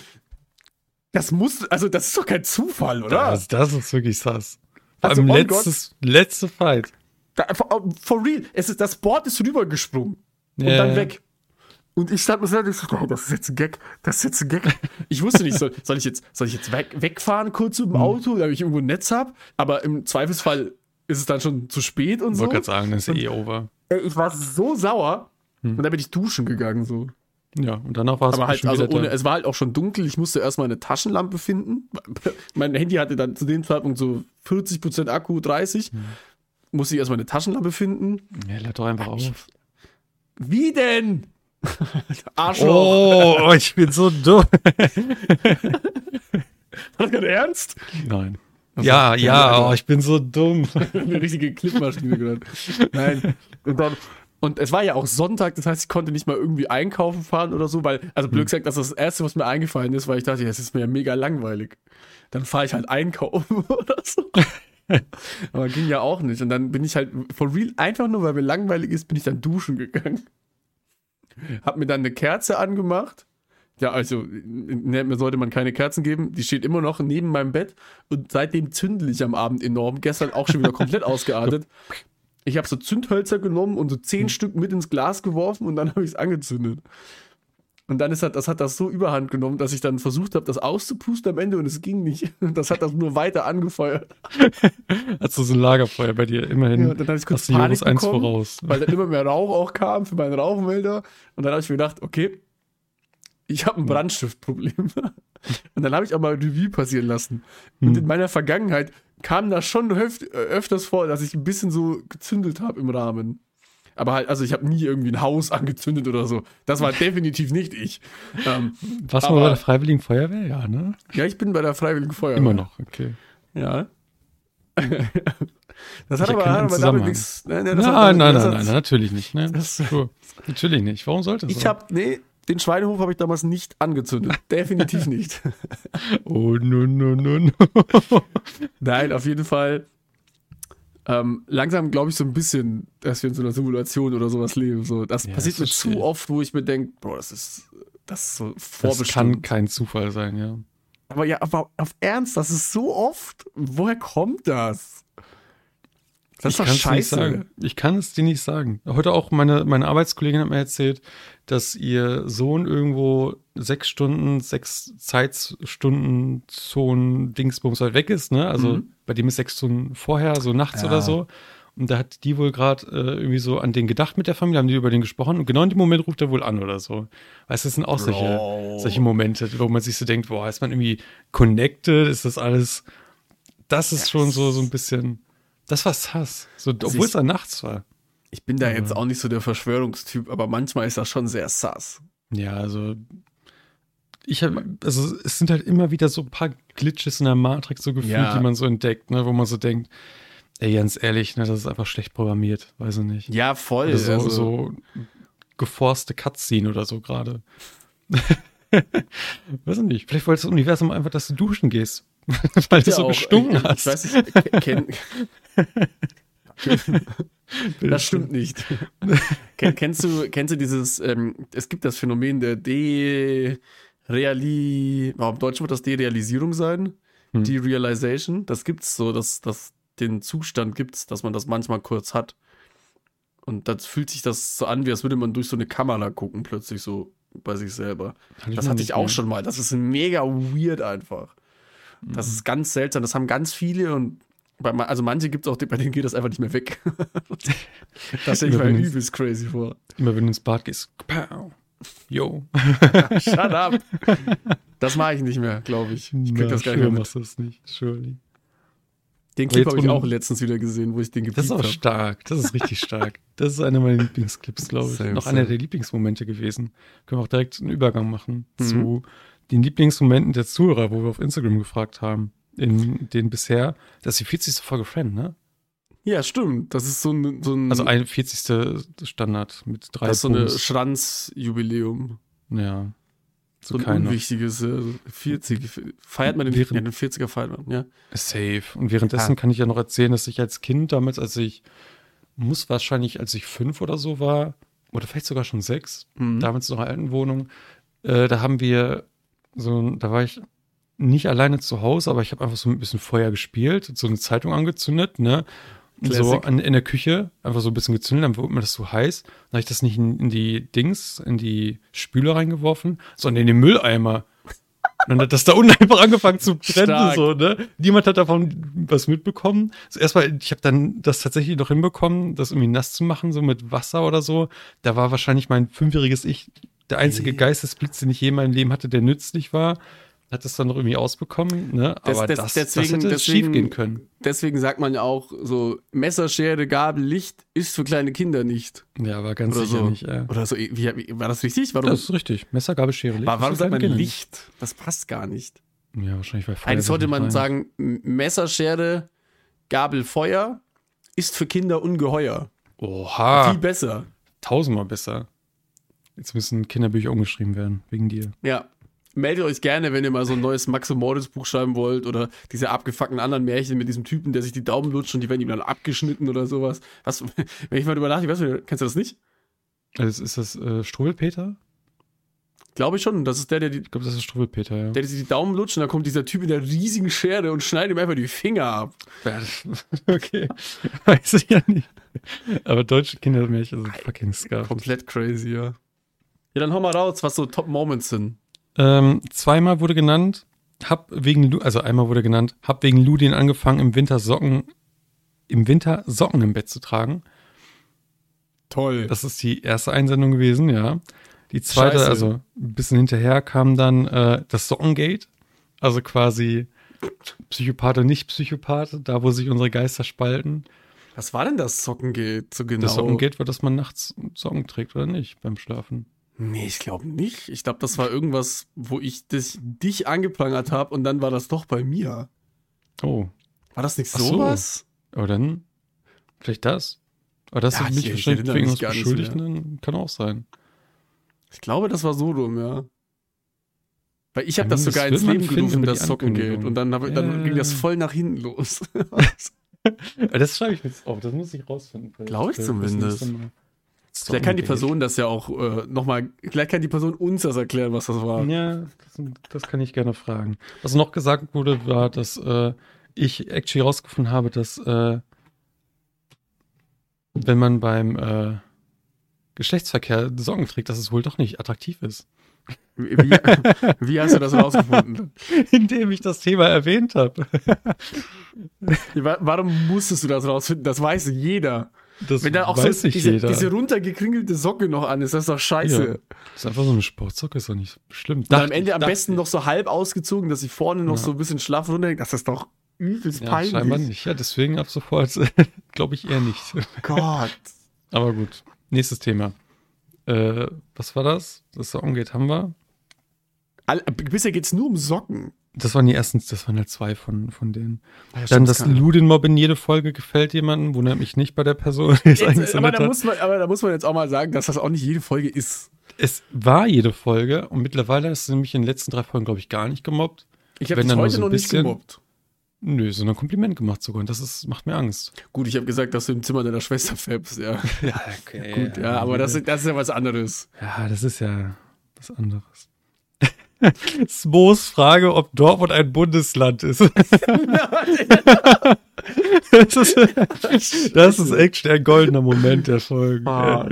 Speaker 2: das muss also das ist doch kein Zufall, oder?
Speaker 3: Das, Also das ist wirklich sass. Vor
Speaker 2: Also,
Speaker 3: allem
Speaker 2: on
Speaker 3: letztes, letzte Fight.
Speaker 2: Da, for, oh, for real, es ist das Board ist rübergesprungen. und
Speaker 3: Ja,
Speaker 2: dann
Speaker 3: ja.
Speaker 2: weg. Und ich stand mir selber und so, oh, das ist jetzt ein Gag, das ist jetzt ein Gag. Ich wusste nicht, soll, soll ich jetzt, soll ich jetzt weg, wegfahren kurz mit dem Auto, damit ich irgendwo ein Netz habe? Aber im Zweifelsfall ist es dann schon zu spät und
Speaker 3: Ich
Speaker 2: so.
Speaker 3: wollte gerade sagen, das ist eh over.
Speaker 2: Ey, Äh, ich war so sauer und dann bin ich duschen gegangen so.
Speaker 3: Ja, und danach war es
Speaker 2: Aber halt,
Speaker 3: schon
Speaker 2: also
Speaker 3: wieder
Speaker 2: ohne,
Speaker 3: da.
Speaker 2: es Hm. war halt auch schon dunkel, ich musste erstmal eine Taschenlampe finden. Mein Handy hatte dann zu dem Zeitpunkt so 40% Akku, 30. Musste ich erstmal eine Taschenlampe finden.
Speaker 3: Ja, lad doch einfach auf.
Speaker 2: Wie denn? Arschloch.
Speaker 3: Oh, ich bin so dumm.
Speaker 2: War das gerade ernst?
Speaker 3: Nein. Ja, ja, oh, ich bin so dumm.
Speaker 2: Eine richtige Clipmaschine gehört. Nein. Und, dann, und es war ja auch Sonntag, das heißt, ich konnte nicht mal irgendwie einkaufen fahren oder so, weil, also blöd gesagt, das ist das Erste, was mir eingefallen ist, weil ich dachte, ja, das ist mir ja mega langweilig. Dann fahre ich halt einkaufen oder so. Aber ging ja auch nicht. Und dann bin ich halt for real, einfach nur, weil mir langweilig ist, bin ich dann duschen gegangen. Hab mir dann eine Kerze angemacht. Ja, also, ne, mir sollte man keine Kerzen geben. Die steht immer noch neben meinem Bett. Und seitdem zündel ich am Abend enorm. Gestern auch schon wieder komplett ausgeartet. Ich habe so Zündhölzer genommen und so zehn Stück mit ins Glas geworfen und dann habe ich es angezündet. Und dann ist hat, das hat das so überhand genommen, dass ich dann versucht habe, das auszupusten am Ende und es ging nicht. Das hat das nur weiter angefeuert.
Speaker 3: Hast du so ein Lagerfeuer bei dir? Immerhin
Speaker 2: Ja, und dann hab ich kurz
Speaker 3: hast du Joris
Speaker 2: Panik
Speaker 3: eins
Speaker 2: bekommen,
Speaker 3: voraus.
Speaker 2: weil dann immer mehr Rauch auch kam für meinen Rauchmelder. Und dann habe ich mir gedacht, okay, ich habe ein Brandstiftproblem. Und dann habe ich auch mal Revue passieren lassen.
Speaker 3: Hm.
Speaker 2: Und in meiner Vergangenheit kam das schon öf äh, öfters vor, dass ich ein bisschen so gezündelt habe im Rahmen. Aber halt, also ich habe nie irgendwie ein Haus angezündet oder so. Das war definitiv nicht ich. Ähm,
Speaker 3: Warst du mal
Speaker 2: aber-
Speaker 3: bei der Freiwilligen Feuerwehr? Ja, ne?
Speaker 2: ja, ich bin bei der Freiwilligen Feuerwehr.
Speaker 3: Immer noch, okay.
Speaker 2: Ja. das hat aber, hat
Speaker 3: Ich erkenne den
Speaker 2: aber damit
Speaker 3: Zusammenhang.
Speaker 2: nichts. Nein, nein, das hat damit-
Speaker 3: Nein, nein,
Speaker 2: das
Speaker 3: nein,
Speaker 2: hat-
Speaker 3: nein, natürlich nicht. Ne?
Speaker 2: Das-
Speaker 3: Cool. Natürlich nicht. Warum sollte es?
Speaker 2: Ich
Speaker 3: auch?
Speaker 2: habe, nee, den Schweinehof habe ich damals nicht angezündet. Definitiv nicht.
Speaker 3: Oh, no, no, no, no.
Speaker 2: Nein, auf jeden Fall. Ähm, langsam glaube ich so ein bisschen, dass wir in so einer Simulation oder sowas leben. So, das
Speaker 3: Ja,
Speaker 2: passiert
Speaker 3: das
Speaker 2: mir
Speaker 3: verstehe
Speaker 2: zu
Speaker 3: ich.
Speaker 2: oft, wo ich mir denke, Bro, das ist, das ist so
Speaker 3: Das kann
Speaker 2: vorbestimmt.
Speaker 3: kein Zufall sein, ja.
Speaker 2: Aber ja, aber auf Ernst, das ist so oft. Woher kommt das? Das ist doch
Speaker 3: kann's Nicht
Speaker 2: scheiße.
Speaker 3: sagen. Ich kann es dir nicht sagen. Heute auch meine, meine Arbeitskollegin hat mir erzählt, dass ihr Sohn irgendwo sechs Stunden, sechs Zeitstunden Zonen Dingsbums halt weg ist, ne? Also
Speaker 2: Mhm.
Speaker 3: bei dem ist sechs Stunden vorher, so nachts
Speaker 2: Ja.
Speaker 3: oder so. Und da hat die wohl gerade äh, irgendwie so an den gedacht mit der Familie, haben die über den gesprochen und genau in dem Moment ruft er wohl an oder so. Weißt du, das sind auch solche,
Speaker 2: Bro.
Speaker 3: solche Momente, wo man sich so denkt, boah, ist man irgendwie connected, ist das alles das ist schon so, so ein bisschen. Das war Sass. So, obwohl es
Speaker 2: ich-
Speaker 3: dann nachts war.
Speaker 2: Ich bin da jetzt auch nicht so der Verschwörungstyp, aber manchmal ist das schon sehr sass.
Speaker 3: Ja, also. Ich habe, also es sind halt immer wieder so ein paar Glitches in der Matrix so gefühlt,
Speaker 2: Ja.
Speaker 3: die man so entdeckt, ne, wo man so denkt, ey, ganz ehrlich, ne, das ist einfach schlecht programmiert, weiß ich nicht.
Speaker 2: Ja, voll.
Speaker 3: Oder so,
Speaker 2: also-
Speaker 3: so geforste Cutscene oder so gerade. weiß ich nicht. Vielleicht wollte das Universum einfach, dass du duschen gehst, weil du
Speaker 2: ja
Speaker 3: so
Speaker 2: auch, äh,
Speaker 3: gestunken
Speaker 2: ich,
Speaker 3: hast.
Speaker 2: Ich weiß nicht, äh, ke- ken, das stimmt nicht. Ken, kennst, du, kennst du dieses, ähm, es gibt das Phänomen der Dereali, oh, im Deutschen wird das Derealisierung sein,
Speaker 3: Hm.
Speaker 2: Derealization, das gibt's so, dass, dass den Zustand gibt's, dass man das manchmal kurz hat. Und das fühlt sich das so an, wie als würde man durch so eine Kamera gucken, plötzlich so bei sich selber.
Speaker 3: Hab
Speaker 2: Das
Speaker 3: noch
Speaker 2: hatte
Speaker 3: nicht
Speaker 2: ich auch
Speaker 3: mehr.
Speaker 2: schon mal. Das ist mega weird einfach. Das
Speaker 3: Mhm.
Speaker 2: ist ganz seltsam. Das haben ganz viele und bei, ma- also manche gibt es auch, die- bei denen geht das einfach nicht mehr weg. das stelle ich mir
Speaker 3: Übrigens-
Speaker 2: übelst crazy vor.
Speaker 3: Immer wenn du ins Bad gehst, pow, yo.
Speaker 2: Shut up! Das mache ich nicht mehr, glaube ich. Ich krieg das gar nicht mehr mit.
Speaker 3: machst du das nicht. Surely.
Speaker 2: Den
Speaker 3: Aber
Speaker 2: Clip
Speaker 3: jetzt,
Speaker 2: habe ich
Speaker 3: wo du-
Speaker 2: auch letztens wieder gesehen, wo ich den
Speaker 3: Das
Speaker 2: gepiept
Speaker 3: ist auch
Speaker 2: habe.
Speaker 3: stark. Das ist richtig stark. Das ist einer meiner Lieblingsclips, glaube ich.
Speaker 2: Same,
Speaker 3: Noch
Speaker 2: same.
Speaker 3: einer der Lieblingsmomente gewesen. Können wir auch direkt einen Übergang machen
Speaker 2: Mhm.
Speaker 3: zu den Lieblingsmomenten der Zuhörer, wo wir auf Instagram gefragt haben. In den bisher, das ist die 40. Folge Friend, ne?
Speaker 2: Ja, stimmt. Das ist so ein, so ein,
Speaker 3: Also ein 40. Standard mit drei
Speaker 2: das ist so eine
Speaker 3: Bums.
Speaker 2: Schranzjubiläum.
Speaker 3: Ja.
Speaker 2: So
Speaker 3: zu
Speaker 2: ein
Speaker 3: keiner.
Speaker 2: unwichtiges äh, 40 feiert man den,
Speaker 3: Während-
Speaker 2: ja, den 40er feiert man, ja.
Speaker 3: Safe. Und währenddessen
Speaker 2: Ja.
Speaker 3: kann ich ja noch erzählen, dass ich als Kind damals, als ich, muss wahrscheinlich, als ich fünf oder so war, oder vielleicht sogar schon sechs,
Speaker 2: Mhm.
Speaker 3: damals noch in einer alten Wohnung, äh, da haben wir so, ein- da war ich nicht alleine zu Hause, aber ich habe einfach so ein bisschen Feuer gespielt, so eine Zeitung angezündet, ne? Und So
Speaker 2: Classic.
Speaker 3: an, in der Küche, einfach so ein bisschen gezündet, dann wurde mir das so heiß. Dann habe ich das nicht in, in die Dings, in die Spüle reingeworfen, sondern in den Mülleimer. Und dann hat das da unten einfach angefangen zu brennen,
Speaker 2: Stark.
Speaker 3: so, ne? Niemand hat davon was mitbekommen. So erstmal, ich habe dann das tatsächlich noch hinbekommen, das irgendwie nass zu machen, so mit Wasser oder so. Da war wahrscheinlich mein fünfjähriges Ich der einzige
Speaker 2: Ey.
Speaker 3: Geistesblitz, den ich je in meinem Leben hatte, der nützlich war. Hat das dann noch irgendwie ausbekommen, ne?
Speaker 2: Das-
Speaker 3: Aber
Speaker 2: das-
Speaker 3: das, das,
Speaker 2: deswegen-
Speaker 3: hätte
Speaker 2: deswegen-
Speaker 3: schief gehen können.
Speaker 2: Deswegen sagt man ja auch so, Messer, Schere, Gabel, Licht ist für kleine Kinder nicht.
Speaker 3: Ja, aber ganz
Speaker 2: Oder
Speaker 3: sicher
Speaker 2: so.
Speaker 3: nicht, ja.
Speaker 2: Oder so, wie, wie, war das richtig? Warum,
Speaker 3: Das ist richtig. Messer, Gabel, Schere, Licht.
Speaker 2: wa- warum
Speaker 3: Das
Speaker 2: sagt man
Speaker 3: kein Kind.
Speaker 2: Licht? Das passt gar nicht.
Speaker 3: Ja, wahrscheinlich bei Feuer.
Speaker 2: Eigentlich sollte
Speaker 3: nicht
Speaker 2: man
Speaker 3: rein.
Speaker 2: sagen, M- Messer, Schere, Gabel, Feuer ist für Kinder ungeheuer.
Speaker 3: Oha,
Speaker 2: Viel besser.
Speaker 3: tausendmal besser. Jetzt müssen Kinderbücher umgeschrieben werden, wegen dir.
Speaker 2: Ja. Meldet euch gerne, wenn ihr mal so ein neues Max und Mordes Buch schreiben wollt oder diese abgefuckten anderen Märchen mit diesem Typen, der sich die Daumen lutscht und die werden ihm dann abgeschnitten oder sowas. Was, wenn ich mal drüber nachdenke, was, kennst du das nicht?
Speaker 3: Also ist das äh, Struwelpeter?
Speaker 2: Glaube ich schon. Das ist der, der die,
Speaker 3: Ich glaube, das ist Struwelpeter, ja.
Speaker 2: der sich die Daumen lutscht und dann kommt dieser Typ in der riesigen Schere und schneidet ihm einfach die Finger ab.
Speaker 3: okay. Weiß ich ja nicht. Aber deutsche Kindermärchen sind fucking scarf.
Speaker 2: Komplett crazy, ja. Ja, dann hau mal raus, was so Top Moments sind.
Speaker 3: Ähm, zweimal wurde genannt, hab wegen, Lu- also einmal wurde genannt, hab wegen Ludin angefangen, im Winter Socken, im Winter Socken im Bett zu tragen.
Speaker 2: Toll.
Speaker 3: Das ist die erste Einsendung gewesen, ja. Die zweite,
Speaker 2: Scheiße.
Speaker 3: also ein bisschen hinterher, kam dann äh, das Sockengate. Also quasi Psychopath und Nicht-Psychopath, da wo sich unsere Geister spalten.
Speaker 2: Was war denn das Sockengate so genau?
Speaker 3: Das Sockengate war, dass man nachts Socken trägt oder nicht beim Schlafen.
Speaker 2: Nee, ich glaube nicht. Ich glaube, das war irgendwas, wo ich das, dich angeprangert habe und dann war das doch bei mir.
Speaker 3: Oh,
Speaker 2: War das nicht
Speaker 3: Ach so.
Speaker 2: sowas?
Speaker 3: aber dann vielleicht das. Aber das
Speaker 2: Ja,
Speaker 3: ist
Speaker 2: ich-
Speaker 3: mich
Speaker 2: ich
Speaker 3: wahrscheinlich
Speaker 2: erinnere
Speaker 3: für
Speaker 2: mich
Speaker 3: irgendwas
Speaker 2: gar nicht
Speaker 3: beschuldigt, dann kann auch sein.
Speaker 2: Ich glaube, das war Sodom, ja. Weil ich habe
Speaker 3: Ja,
Speaker 2: das
Speaker 3: das
Speaker 2: sogar
Speaker 3: wird
Speaker 2: ins
Speaker 3: man
Speaker 2: Leben
Speaker 3: finden
Speaker 2: gerufen,
Speaker 3: über
Speaker 2: das
Speaker 3: die
Speaker 2: Sockengate.
Speaker 3: Ankündigung.
Speaker 2: Und dann, hab, dann
Speaker 3: Ja.
Speaker 2: ging das voll nach hinten los.
Speaker 3: Das schreibe ich mir jetzt auf, das muss ich rausfinden. äh,
Speaker 2: Glaub ich zumindest. Vielleicht kann die Person das ja auch äh, nochmal, vielleicht kann die Person uns das erklären, was das war.
Speaker 3: Ja, das, das kann ich gerne fragen. Was noch gesagt wurde, war, dass äh, ich actually rausgefunden habe, dass äh, wenn man beim äh, Geschlechtsverkehr Sorgen trägt, dass es wohl doch nicht attraktiv ist.
Speaker 2: Wie, wie, wie hast du das rausgefunden?
Speaker 3: Indem ich das Thema erwähnt habe.
Speaker 2: Wa- Warum musstest du das rausfinden? Das weiß jeder.
Speaker 3: Das
Speaker 2: Wenn da auch
Speaker 3: weiß
Speaker 2: so
Speaker 3: nicht
Speaker 2: diese,
Speaker 3: jeder.
Speaker 2: diese runtergekringelte Socke noch an ist, das ist doch scheiße.
Speaker 3: Ja. ist einfach so eine Sportsocke, ist doch nicht schlimm.
Speaker 2: Und am
Speaker 3: Dachte
Speaker 2: Ende
Speaker 3: ich,
Speaker 2: am
Speaker 3: dachte
Speaker 2: besten
Speaker 3: ich.
Speaker 2: noch so halb ausgezogen, dass sie vorne noch
Speaker 3: Ja.
Speaker 2: so ein bisschen schlaff runterhängt. Das ist doch übelst
Speaker 3: ja, scheinbar
Speaker 2: peinlich.
Speaker 3: nicht. Ja, deswegen ab sofort glaube ich eher nicht.
Speaker 2: Gott.
Speaker 3: Aber gut, nächstes Thema. Äh, was war das? Das Sockengate haben wir.
Speaker 2: All, bisher geht's nur um Socken.
Speaker 3: Das waren die ersten, das waren ja zwei von, von denen.
Speaker 2: Ah, ja,
Speaker 3: Dann
Speaker 2: stimmt,
Speaker 3: das
Speaker 2: kann-
Speaker 3: Ludin-Mob in jede Folge gefällt jemandem, wundert mich nicht bei der Person, die es
Speaker 2: Jetzt, aber,
Speaker 3: eingesendet
Speaker 2: da
Speaker 3: hat.
Speaker 2: muss man, aber da muss man jetzt auch mal sagen, dass das auch nicht jede Folge ist.
Speaker 3: Es war jede Folge und mittlerweile ist sie mich in den letzten drei Folgen, glaube ich, gar nicht gemobbt.
Speaker 2: Ich habe dich
Speaker 3: Wenn dann nur
Speaker 2: heute
Speaker 3: so ein
Speaker 2: noch nicht
Speaker 3: bisschen.
Speaker 2: gemobbt.
Speaker 3: Nö, sondern Kompliment gemacht sogar und das ist, macht mir Angst.
Speaker 2: Gut, ich habe gesagt, dass du im Zimmer deiner Schwester färbst, ja.
Speaker 3: Ja, okay.
Speaker 2: Gut, ja, aber das, das ist ja was anderes.
Speaker 3: Ja, Ah, das ist ja was anderes. Smos Frage, ob Dortmund ein Bundesland ist. das ist, das ist echt ein goldener Moment der Folge.
Speaker 2: Ah.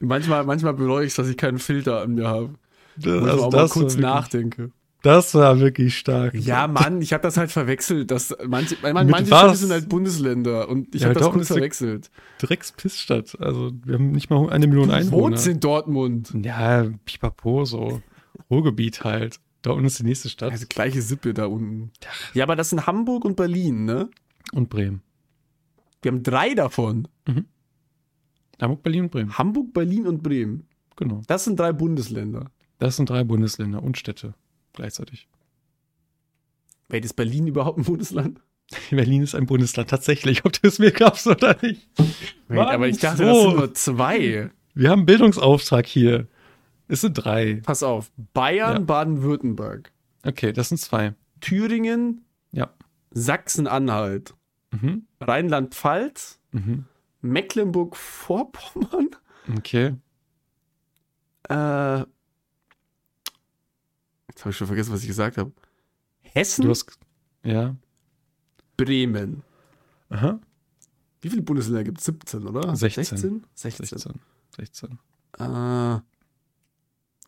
Speaker 2: manchmal, manchmal bereue ich dass ich keinen Filter an mir habe.
Speaker 3: das,
Speaker 2: Wo ich
Speaker 3: also
Speaker 2: auch mal
Speaker 3: das,
Speaker 2: kurz
Speaker 3: war wirklich,
Speaker 2: nachdenke.
Speaker 3: das war wirklich stark.
Speaker 2: Ja, Mann, ich habe das halt verwechselt. Dass manche man,
Speaker 3: Mit
Speaker 2: manche
Speaker 3: was?
Speaker 2: Städte sind halt Bundesländer und ich
Speaker 3: Ja,
Speaker 2: hab habe das
Speaker 3: Dortmund
Speaker 2: kurz
Speaker 3: ist eine
Speaker 2: verwechselt.
Speaker 3: Dreckspissstadt. Also, wir haben nicht mal eine Million Einwohner.
Speaker 2: Wohnt in Dortmund.
Speaker 3: Ja, pipapo, so. Ruhrgebiet halt. Dortmund ist die nächste Stadt.
Speaker 2: Also gleiche Sippe da unten. Ja, aber das sind Hamburg und Berlin, ne?
Speaker 3: Und Bremen.
Speaker 2: Wir haben drei davon.
Speaker 3: Hamburg, Berlin und Bremen.
Speaker 2: Hamburg, Berlin und Bremen.
Speaker 3: Genau.
Speaker 2: Das sind drei Bundesländer.
Speaker 3: Das sind drei Bundesländer und Städte gleichzeitig.
Speaker 2: Wait, ist Berlin überhaupt ein Bundesland?
Speaker 3: Berlin ist ein Bundesland, tatsächlich, ob du es mir glaubst oder nicht.
Speaker 2: Wait,
Speaker 3: Mann,
Speaker 2: aber ich dachte,
Speaker 3: so.
Speaker 2: das sind nur zwei.
Speaker 3: Wir haben einen Bildungsauftrag hier. Es sind drei.
Speaker 2: Pass auf. Bayern,
Speaker 3: Ja.
Speaker 2: Baden-Württemberg.
Speaker 3: Okay, das sind zwei.
Speaker 2: Thüringen,
Speaker 3: Ja.
Speaker 2: Sachsen-Anhalt,
Speaker 3: Mhm.
Speaker 2: Rheinland-Pfalz,
Speaker 3: Mhm.
Speaker 2: Mecklenburg-Vorpommern,
Speaker 3: Okay.
Speaker 2: äh, jetzt habe ich schon vergessen, was ich gesagt habe. Hessen,
Speaker 3: Du hast. Ja.
Speaker 2: Bremen.
Speaker 3: Aha.
Speaker 2: Wie viele Bundesländer gibt es? 17, oder?
Speaker 3: 16.
Speaker 2: 16? 16.
Speaker 3: 16. 16.
Speaker 2: Äh,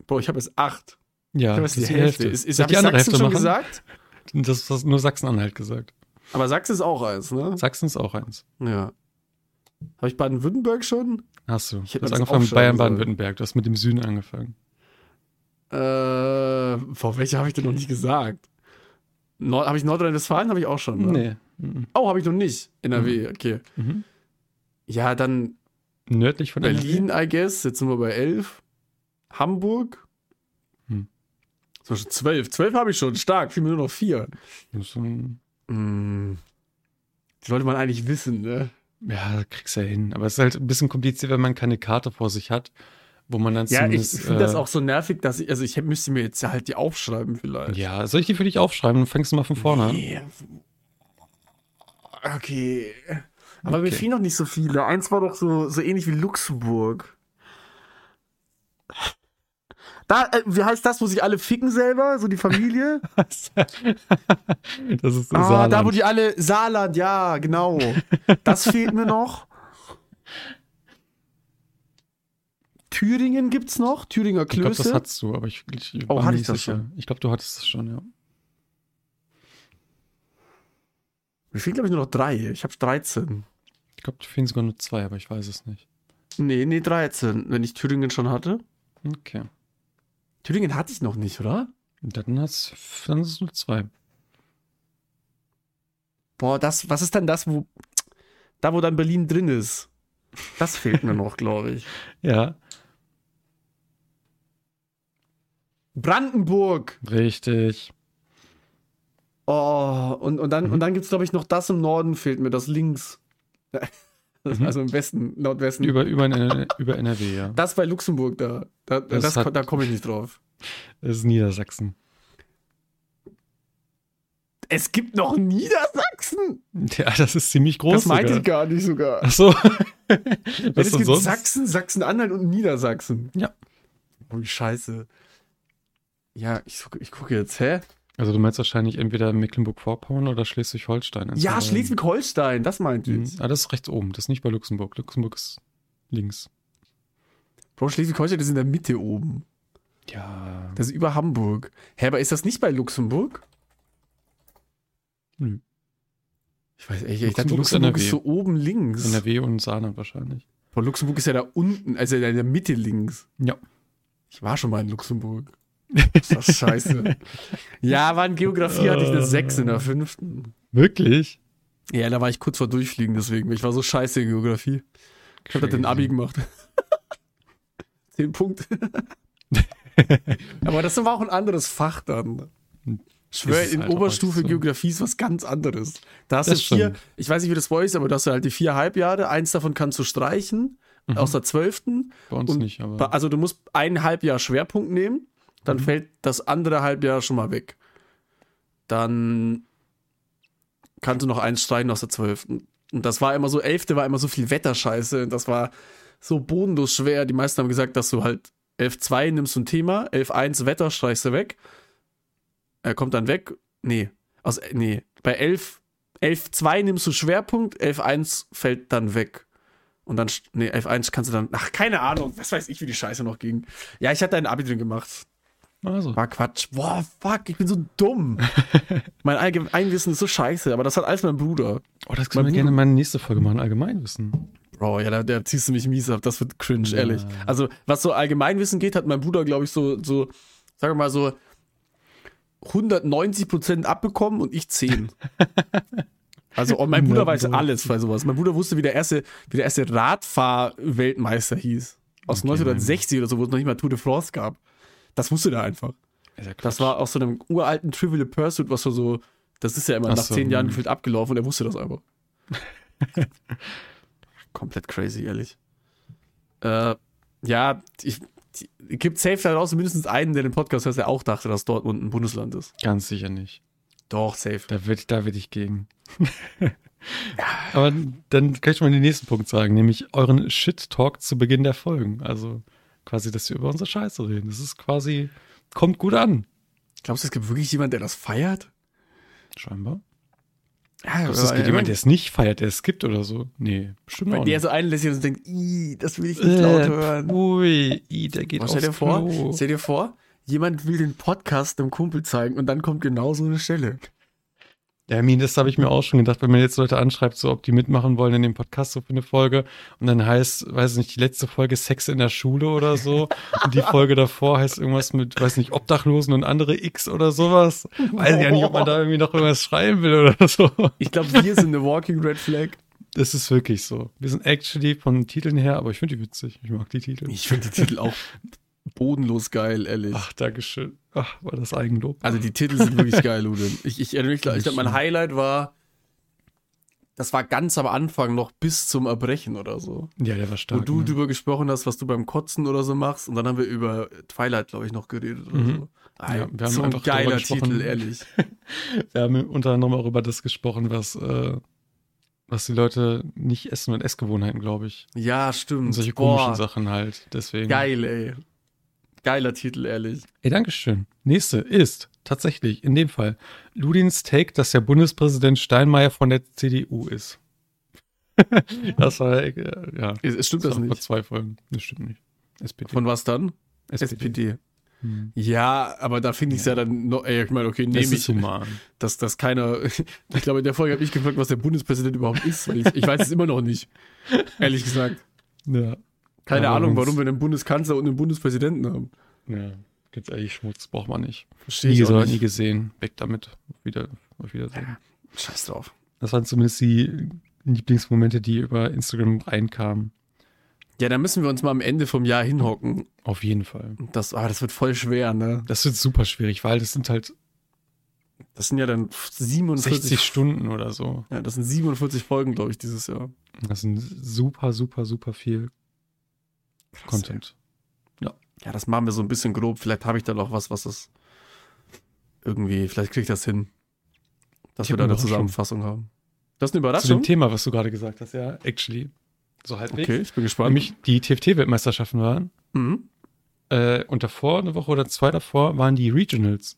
Speaker 2: boah, ich habe jetzt 8.
Speaker 3: Ja,
Speaker 2: Ich habe
Speaker 3: das
Speaker 2: jetzt
Speaker 3: ist
Speaker 2: die
Speaker 3: die
Speaker 2: Hälfte.
Speaker 3: Hälfte.
Speaker 2: Ist, ist,
Speaker 3: Soll
Speaker 2: hab ich Sachsen schon
Speaker 3: machen?
Speaker 2: gesagt?
Speaker 3: Das hast nur Sachsen-Anhalt gesagt.
Speaker 2: Aber Sachsen ist auch eins, ne?
Speaker 3: Sachsen ist auch eins.
Speaker 2: Ja. Habe ich Baden-Württemberg schon?
Speaker 3: Hast du.
Speaker 2: Ich
Speaker 3: Ich
Speaker 2: hätte
Speaker 3: du hast
Speaker 2: mir das
Speaker 3: angefangen mit
Speaker 2: aufschreiben
Speaker 3: Bayern,
Speaker 2: sollen.
Speaker 3: Baden-Württemberg. Du hast mit dem Süden angefangen.
Speaker 2: Äh, boah, welche habe ich denn noch nicht gesagt? Nord habe ich Nordrhein-Westfalen? Habe ich auch schon. Ne?
Speaker 3: Mhm.
Speaker 2: Oh, habe ich noch nicht. NRW, okay.
Speaker 3: Mhm.
Speaker 2: Ja, dann
Speaker 3: Nördlich von NRW?
Speaker 2: Berlin, I guess. Jetzt sind wir bei 11. Hamburg.
Speaker 3: Hm.
Speaker 2: Zum Beispiel 12. 12 habe ich schon. Stark. Fiel mir nur noch 4.
Speaker 3: Du bist so ein-
Speaker 2: Hm. Die sollte man eigentlich wissen, ne?
Speaker 3: Ja, das kriegst du ja hin. Aber es ist halt ein bisschen kompliziert, wenn man keine Karte vor sich hat, wo man dann
Speaker 2: Ja, ich
Speaker 3: zumindest, äh,
Speaker 2: finde das auch so nervig, dass ich, also ich hätte- müsste mir jetzt ja halt die aufschreiben vielleicht.
Speaker 3: Ja, soll ich die für dich aufschreiben? Dann fängst du mal von vorne an.
Speaker 2: Nee. Okay. Aber mir
Speaker 3: Okay.
Speaker 2: fehlen noch nicht so viele. Eins war doch so, so ähnlich wie Luxemburg. Da, äh, wie heißt das, wo sich alle ficken selber? So die Familie?
Speaker 3: das ist
Speaker 2: ah,
Speaker 3: Saarland.
Speaker 2: da, wo die alle. Saarland, ja, genau. Das fehlt mir noch. Thüringen gibt's noch? Thüringer
Speaker 3: ich glaube,
Speaker 2: Klöße?
Speaker 3: das hattest du, aber ich, ich
Speaker 2: Oh,
Speaker 3: war
Speaker 2: hatte
Speaker 3: mir
Speaker 2: ich
Speaker 3: nicht
Speaker 2: das
Speaker 3: sicher. Ich glaube, du hattest es schon, ja.
Speaker 2: mir fehlen, glaube ich, nur noch drei. Ich habe 13.
Speaker 3: Ich glaube, dir fehlen sogar nur zwei, aber ich weiß es nicht.
Speaker 2: Nee, nee, 13. Wenn ich Thüringen schon hatte.
Speaker 3: Okay.
Speaker 2: Thüringen hatte ich noch nicht, oder?
Speaker 3: Dann hast dann hast du zwei.
Speaker 2: Boah, das, was ist denn das, wo, da wo dann Berlin drin ist? Das fehlt mir noch, glaube ich.
Speaker 3: Ja.
Speaker 2: Brandenburg!
Speaker 3: Richtig.
Speaker 2: Oh, und, und dann,
Speaker 3: Mhm.
Speaker 2: und dann gibt es, glaube ich, noch das im Norden fehlt mir, das links. Also im Westen, Nordwesten.
Speaker 3: Mhm. Über, über, N- über NRW, ja.
Speaker 2: das bei Luxemburg da. Da,
Speaker 3: Das
Speaker 2: das
Speaker 3: hat-
Speaker 2: da komme ich nicht drauf.
Speaker 3: Das ist Niedersachsen.
Speaker 2: Es gibt noch Niedersachsen!
Speaker 3: Ja, das ist ziemlich groß.
Speaker 2: das meinte
Speaker 3: sogar.
Speaker 2: ich gar nicht sogar.
Speaker 3: Ach so.
Speaker 2: Wenn
Speaker 3: Was
Speaker 2: es
Speaker 3: denn
Speaker 2: gibt
Speaker 3: sonst?
Speaker 2: Sachsen, Sachsen-Anhalt und Niedersachsen.
Speaker 3: Ja.
Speaker 2: Oh, scheiße. Ja, ich, guck- ich gucke jetzt. Hä?
Speaker 3: Also du meinst wahrscheinlich entweder Mecklenburg-Vorpommern oder Schleswig-Holstein. Eins
Speaker 2: Ja,
Speaker 3: von beiden.
Speaker 2: Schleswig-Holstein, das meinte ich.
Speaker 3: Mhm. Ah, das ist rechts oben. Das ist nicht bei Luxemburg. Luxemburg ist links.
Speaker 2: Bro, Schleswig-Holstein ist in der Mitte oben.
Speaker 3: Ja.
Speaker 2: Das ist über Hamburg. Hä, aber ist das nicht bei Luxemburg?
Speaker 3: Nö.
Speaker 2: Ich weiß echt, ich dachte,
Speaker 3: Luxemburg
Speaker 2: Luxemburg
Speaker 3: ist NRW.
Speaker 2: ist so oben links.
Speaker 3: NRW und Saarland wahrscheinlich.
Speaker 2: Bro, Luxemburg ist ja da unten, also in der Mitte links.
Speaker 3: Ja.
Speaker 2: Ich war schon mal in Luxemburg. Ist das scheiße. ja, war in Geografie hatte ich eine 6 in der fünften.
Speaker 3: Wirklich?
Speaker 2: Ja, da war ich kurz vor Durchfliegen, deswegen. Ich war so scheiße in Geografie. Ich hab da den Abi gemacht. Zehn Punkte. Aber das war auch ein anderes Fach dann. Ich schwör,
Speaker 3: Ist es
Speaker 2: in
Speaker 3: halt auch
Speaker 2: Oberstufe
Speaker 3: echt so.
Speaker 2: Geografie ist was ganz anderes. Da hast
Speaker 3: Das
Speaker 2: du vier,
Speaker 3: stimmt.
Speaker 2: ich weiß nicht, wie das bei euch ist, aber da hast du halt die vier Halbjahre. Eins davon kannst du streichen,
Speaker 3: Mhm.
Speaker 2: aus der zwölften.
Speaker 3: Bei uns
Speaker 2: und
Speaker 3: nicht, aber.
Speaker 2: Ba- Also du musst ein Halbjahr Schwerpunkt nehmen, dann fällt das andere Halbjahr schon mal weg. Dann kannst du noch eins streichen aus der 12. Und das war immer so, 11. war immer so viel Wetterscheiße. Das war so bodenlos schwer. Die meisten haben gesagt, dass du halt 11.2 nimmst du ein Thema, 11.1 Wetter streichst du weg. Er kommt dann weg. Nee, aus, nee. bei 11, 11.2 nimmst du Schwerpunkt, 11.1 fällt dann weg. Und dann, st- nee, 11.1 kannst du dann, ach, keine Ahnung, was weiß ich, wie die Scheiße noch ging. Ja, ich hatte ein Abi drin gemacht.
Speaker 3: also.
Speaker 2: War Quatsch. Boah, fuck, ich bin so dumm. mein Allge- Einwissen ist so scheiße, aber das hat alles mein Bruder.
Speaker 3: Oh, das können
Speaker 2: Mein
Speaker 3: wir
Speaker 2: Bruder-
Speaker 3: gerne mal in der nächsten Folge machen. Allgemeinwissen.
Speaker 2: Bro, ja, da, da ziehst du mich mies ab, das wird cringe,
Speaker 3: Ja.
Speaker 2: ehrlich. Also, was so Allgemeinwissen geht, hat mein Bruder, glaube ich, so, so, sagen wir mal so, 190 Prozent abbekommen und ich 10. also, und mein Bruder weiß
Speaker 3: 190.
Speaker 2: alles bei sowas. Mein Bruder wusste, wie der erste, wie der erste Radfahr-Weltmeister hieß. Aus
Speaker 3: Okay,
Speaker 2: 1960 oder so, wo es noch nicht mal Tour de France gab. Das wusste der einfach. Das war aus so einem uralten Trivial Pursuit, was so, so das ist ja immer
Speaker 3: Ach
Speaker 2: nach
Speaker 3: so,
Speaker 2: zehn Jahren
Speaker 3: hm.
Speaker 2: gefühlt abgelaufen und er wusste das einfach. Komplett crazy, ehrlich. Äh, ja, ich, gibt safe da draußen mindestens einen, der den Podcast hört, der auch dachte, dass Dortmund ein Bundesland ist.
Speaker 3: Ganz sicher nicht.
Speaker 2: Doch, safe.
Speaker 3: Da wird, da wird ich gegen. Aber dann kann ich mal den nächsten Punkt sagen, nämlich euren Shit-Talk zu Beginn der Folgen. Also quasi, dass wir über unsere Scheiße reden. Das ist quasi, kommt gut an.
Speaker 2: Glaubst du, es gibt wirklich jemanden, der das feiert?
Speaker 3: Scheinbar.
Speaker 2: Ja,
Speaker 3: Glaubst du, es gibt jemanden, der es nicht feiert, der es gibt oder so? Nee, bestimmt
Speaker 2: Wenn
Speaker 3: auch
Speaker 2: der
Speaker 3: nicht.
Speaker 2: so einlässt und denkt, "Ih, das will ich nicht laut hören.
Speaker 3: Ui, i, der geht
Speaker 2: Was
Speaker 3: Äh, aufs
Speaker 2: stell dir vor?
Speaker 3: Klo.
Speaker 2: Stell dir vor, jemand will den Podcast einem Kumpel zeigen und dann kommt genau so eine Stelle.
Speaker 3: Ja, Min, das habe ich mir auch schon gedacht, wenn man jetzt Leute anschreibt, so ob die mitmachen wollen in dem Podcast so für eine Folge und dann heißt, weiß nicht, die letzte Folge Sex in der Schule oder so und die Folge davor heißt irgendwas mit, weiß nicht, Obdachlosen und andere X oder sowas. Weiß ich ja nicht, ob man da irgendwie noch irgendwas schreiben will oder so.
Speaker 2: Ich glaube, wir sind eine Walking Red Flag.
Speaker 3: Das ist wirklich so. Wir sind actually von Titeln her, aber ich finde die witzig. Ich mag die Titel.
Speaker 2: Ich finde die Titel auch bodenlos geil, ehrlich.
Speaker 3: Ach, Dankeschön. Ach, war das Eigenlob.
Speaker 2: Also die Titel sind wirklich geil, Ludwig. Ich, ich erinnere mich, klar, ich glaube, mein Highlight war, das war ganz am Anfang noch bis zum Erbrechen oder so.
Speaker 3: Ja, der war
Speaker 2: Wo
Speaker 3: stark.
Speaker 2: du
Speaker 3: ne?
Speaker 2: drüber gesprochen hast, was du beim Kotzen oder so machst. Und dann haben wir über Twilight, glaube ich, noch geredet oder
Speaker 3: Mhm.
Speaker 2: so. Ein,
Speaker 3: Ja, wir haben
Speaker 2: so ein
Speaker 3: einfach darüber
Speaker 2: geiler
Speaker 3: gesprochen.
Speaker 2: Titel, ehrlich.
Speaker 3: Wir haben unter anderem auch über das gesprochen, was, äh, was die Leute nicht essen und Essgewohnheiten, glaube ich.
Speaker 2: Ja,
Speaker 3: Und
Speaker 2: stimmt.
Speaker 3: solche komischen
Speaker 2: Boah,
Speaker 3: Sachen halt. Deswegen.
Speaker 2: Geil, ey. Geiler Titel, ehrlich.
Speaker 3: Ey, Dankeschön. Nächste ist tatsächlich in dem Fall Ludins Take, dass der Bundespräsident Steinmeier von der CDU ist. das war, äh, ja.
Speaker 2: Es- es Stimmt
Speaker 3: das
Speaker 2: das
Speaker 3: war vor
Speaker 2: nicht?
Speaker 3: zwei Folgen. Das stimmt nicht. SPD.
Speaker 2: Von was dann?
Speaker 3: SPD.
Speaker 2: SPD.
Speaker 3: Hm.
Speaker 2: Ja, aber da finde ich es ja. dann noch, ey, ich meine, okay,
Speaker 3: Das
Speaker 2: nehme
Speaker 3: ist
Speaker 2: ich,
Speaker 3: human.
Speaker 2: dass, dass keiner, ich glaube, in der Folge habe ich gefragt, was der Bundespräsident überhaupt ist. weil Ich, ich weiß es immer noch nicht. Ehrlich gesagt.
Speaker 3: Ja.
Speaker 2: Keine
Speaker 3: Aber
Speaker 2: Ahnung,
Speaker 3: wenn's-
Speaker 2: warum wir einen Bundeskanzler und einen Bundespräsidenten haben.
Speaker 3: Ja, ganz ehrlich, Schmutz braucht man nicht.
Speaker 2: Verstehe
Speaker 3: Nie
Speaker 2: ich auch
Speaker 3: gehört, nie
Speaker 2: nicht.
Speaker 3: gesehen. Weg damit. Auf Wieder, auf Wiedersehen.
Speaker 2: Scheiß drauf.
Speaker 3: Das waren zumindest die Lieblingsmomente, die über Instagram reinkamen.
Speaker 2: Ja, da müssen wir uns mal am Ende vom Jahr hinhocken.
Speaker 3: Auf jeden Fall.
Speaker 2: Das, ah, das wird voll schwer, ne?
Speaker 3: Das wird super schwierig, weil das sind halt
Speaker 2: Das sind ja dann 47
Speaker 3: 60 Stunden oder so.
Speaker 2: Ja, das sind 47 Folgen, glaube ich, dieses Jahr.
Speaker 3: Das sind super, super, super viel Content.
Speaker 2: Ja, das machen wir so ein bisschen grob. Vielleicht habe ich da noch was, was es irgendwie, vielleicht kriege ich das hin, dass
Speaker 3: Ich
Speaker 2: wir
Speaker 3: hab
Speaker 2: da
Speaker 3: eine
Speaker 2: eine Zusammenfassung haben. Das ist eine
Speaker 3: Zu dem
Speaker 2: Überraschung.
Speaker 3: Thema, was du gerade gesagt hast, ja, actually. So halbwegs.
Speaker 2: Okay, ich bin gespannt.
Speaker 3: Nämlich die TFT-Weltmeisterschaften waren.
Speaker 2: mhm.
Speaker 3: Äh, und davor, eine Woche oder zwei davor, waren die Regionals.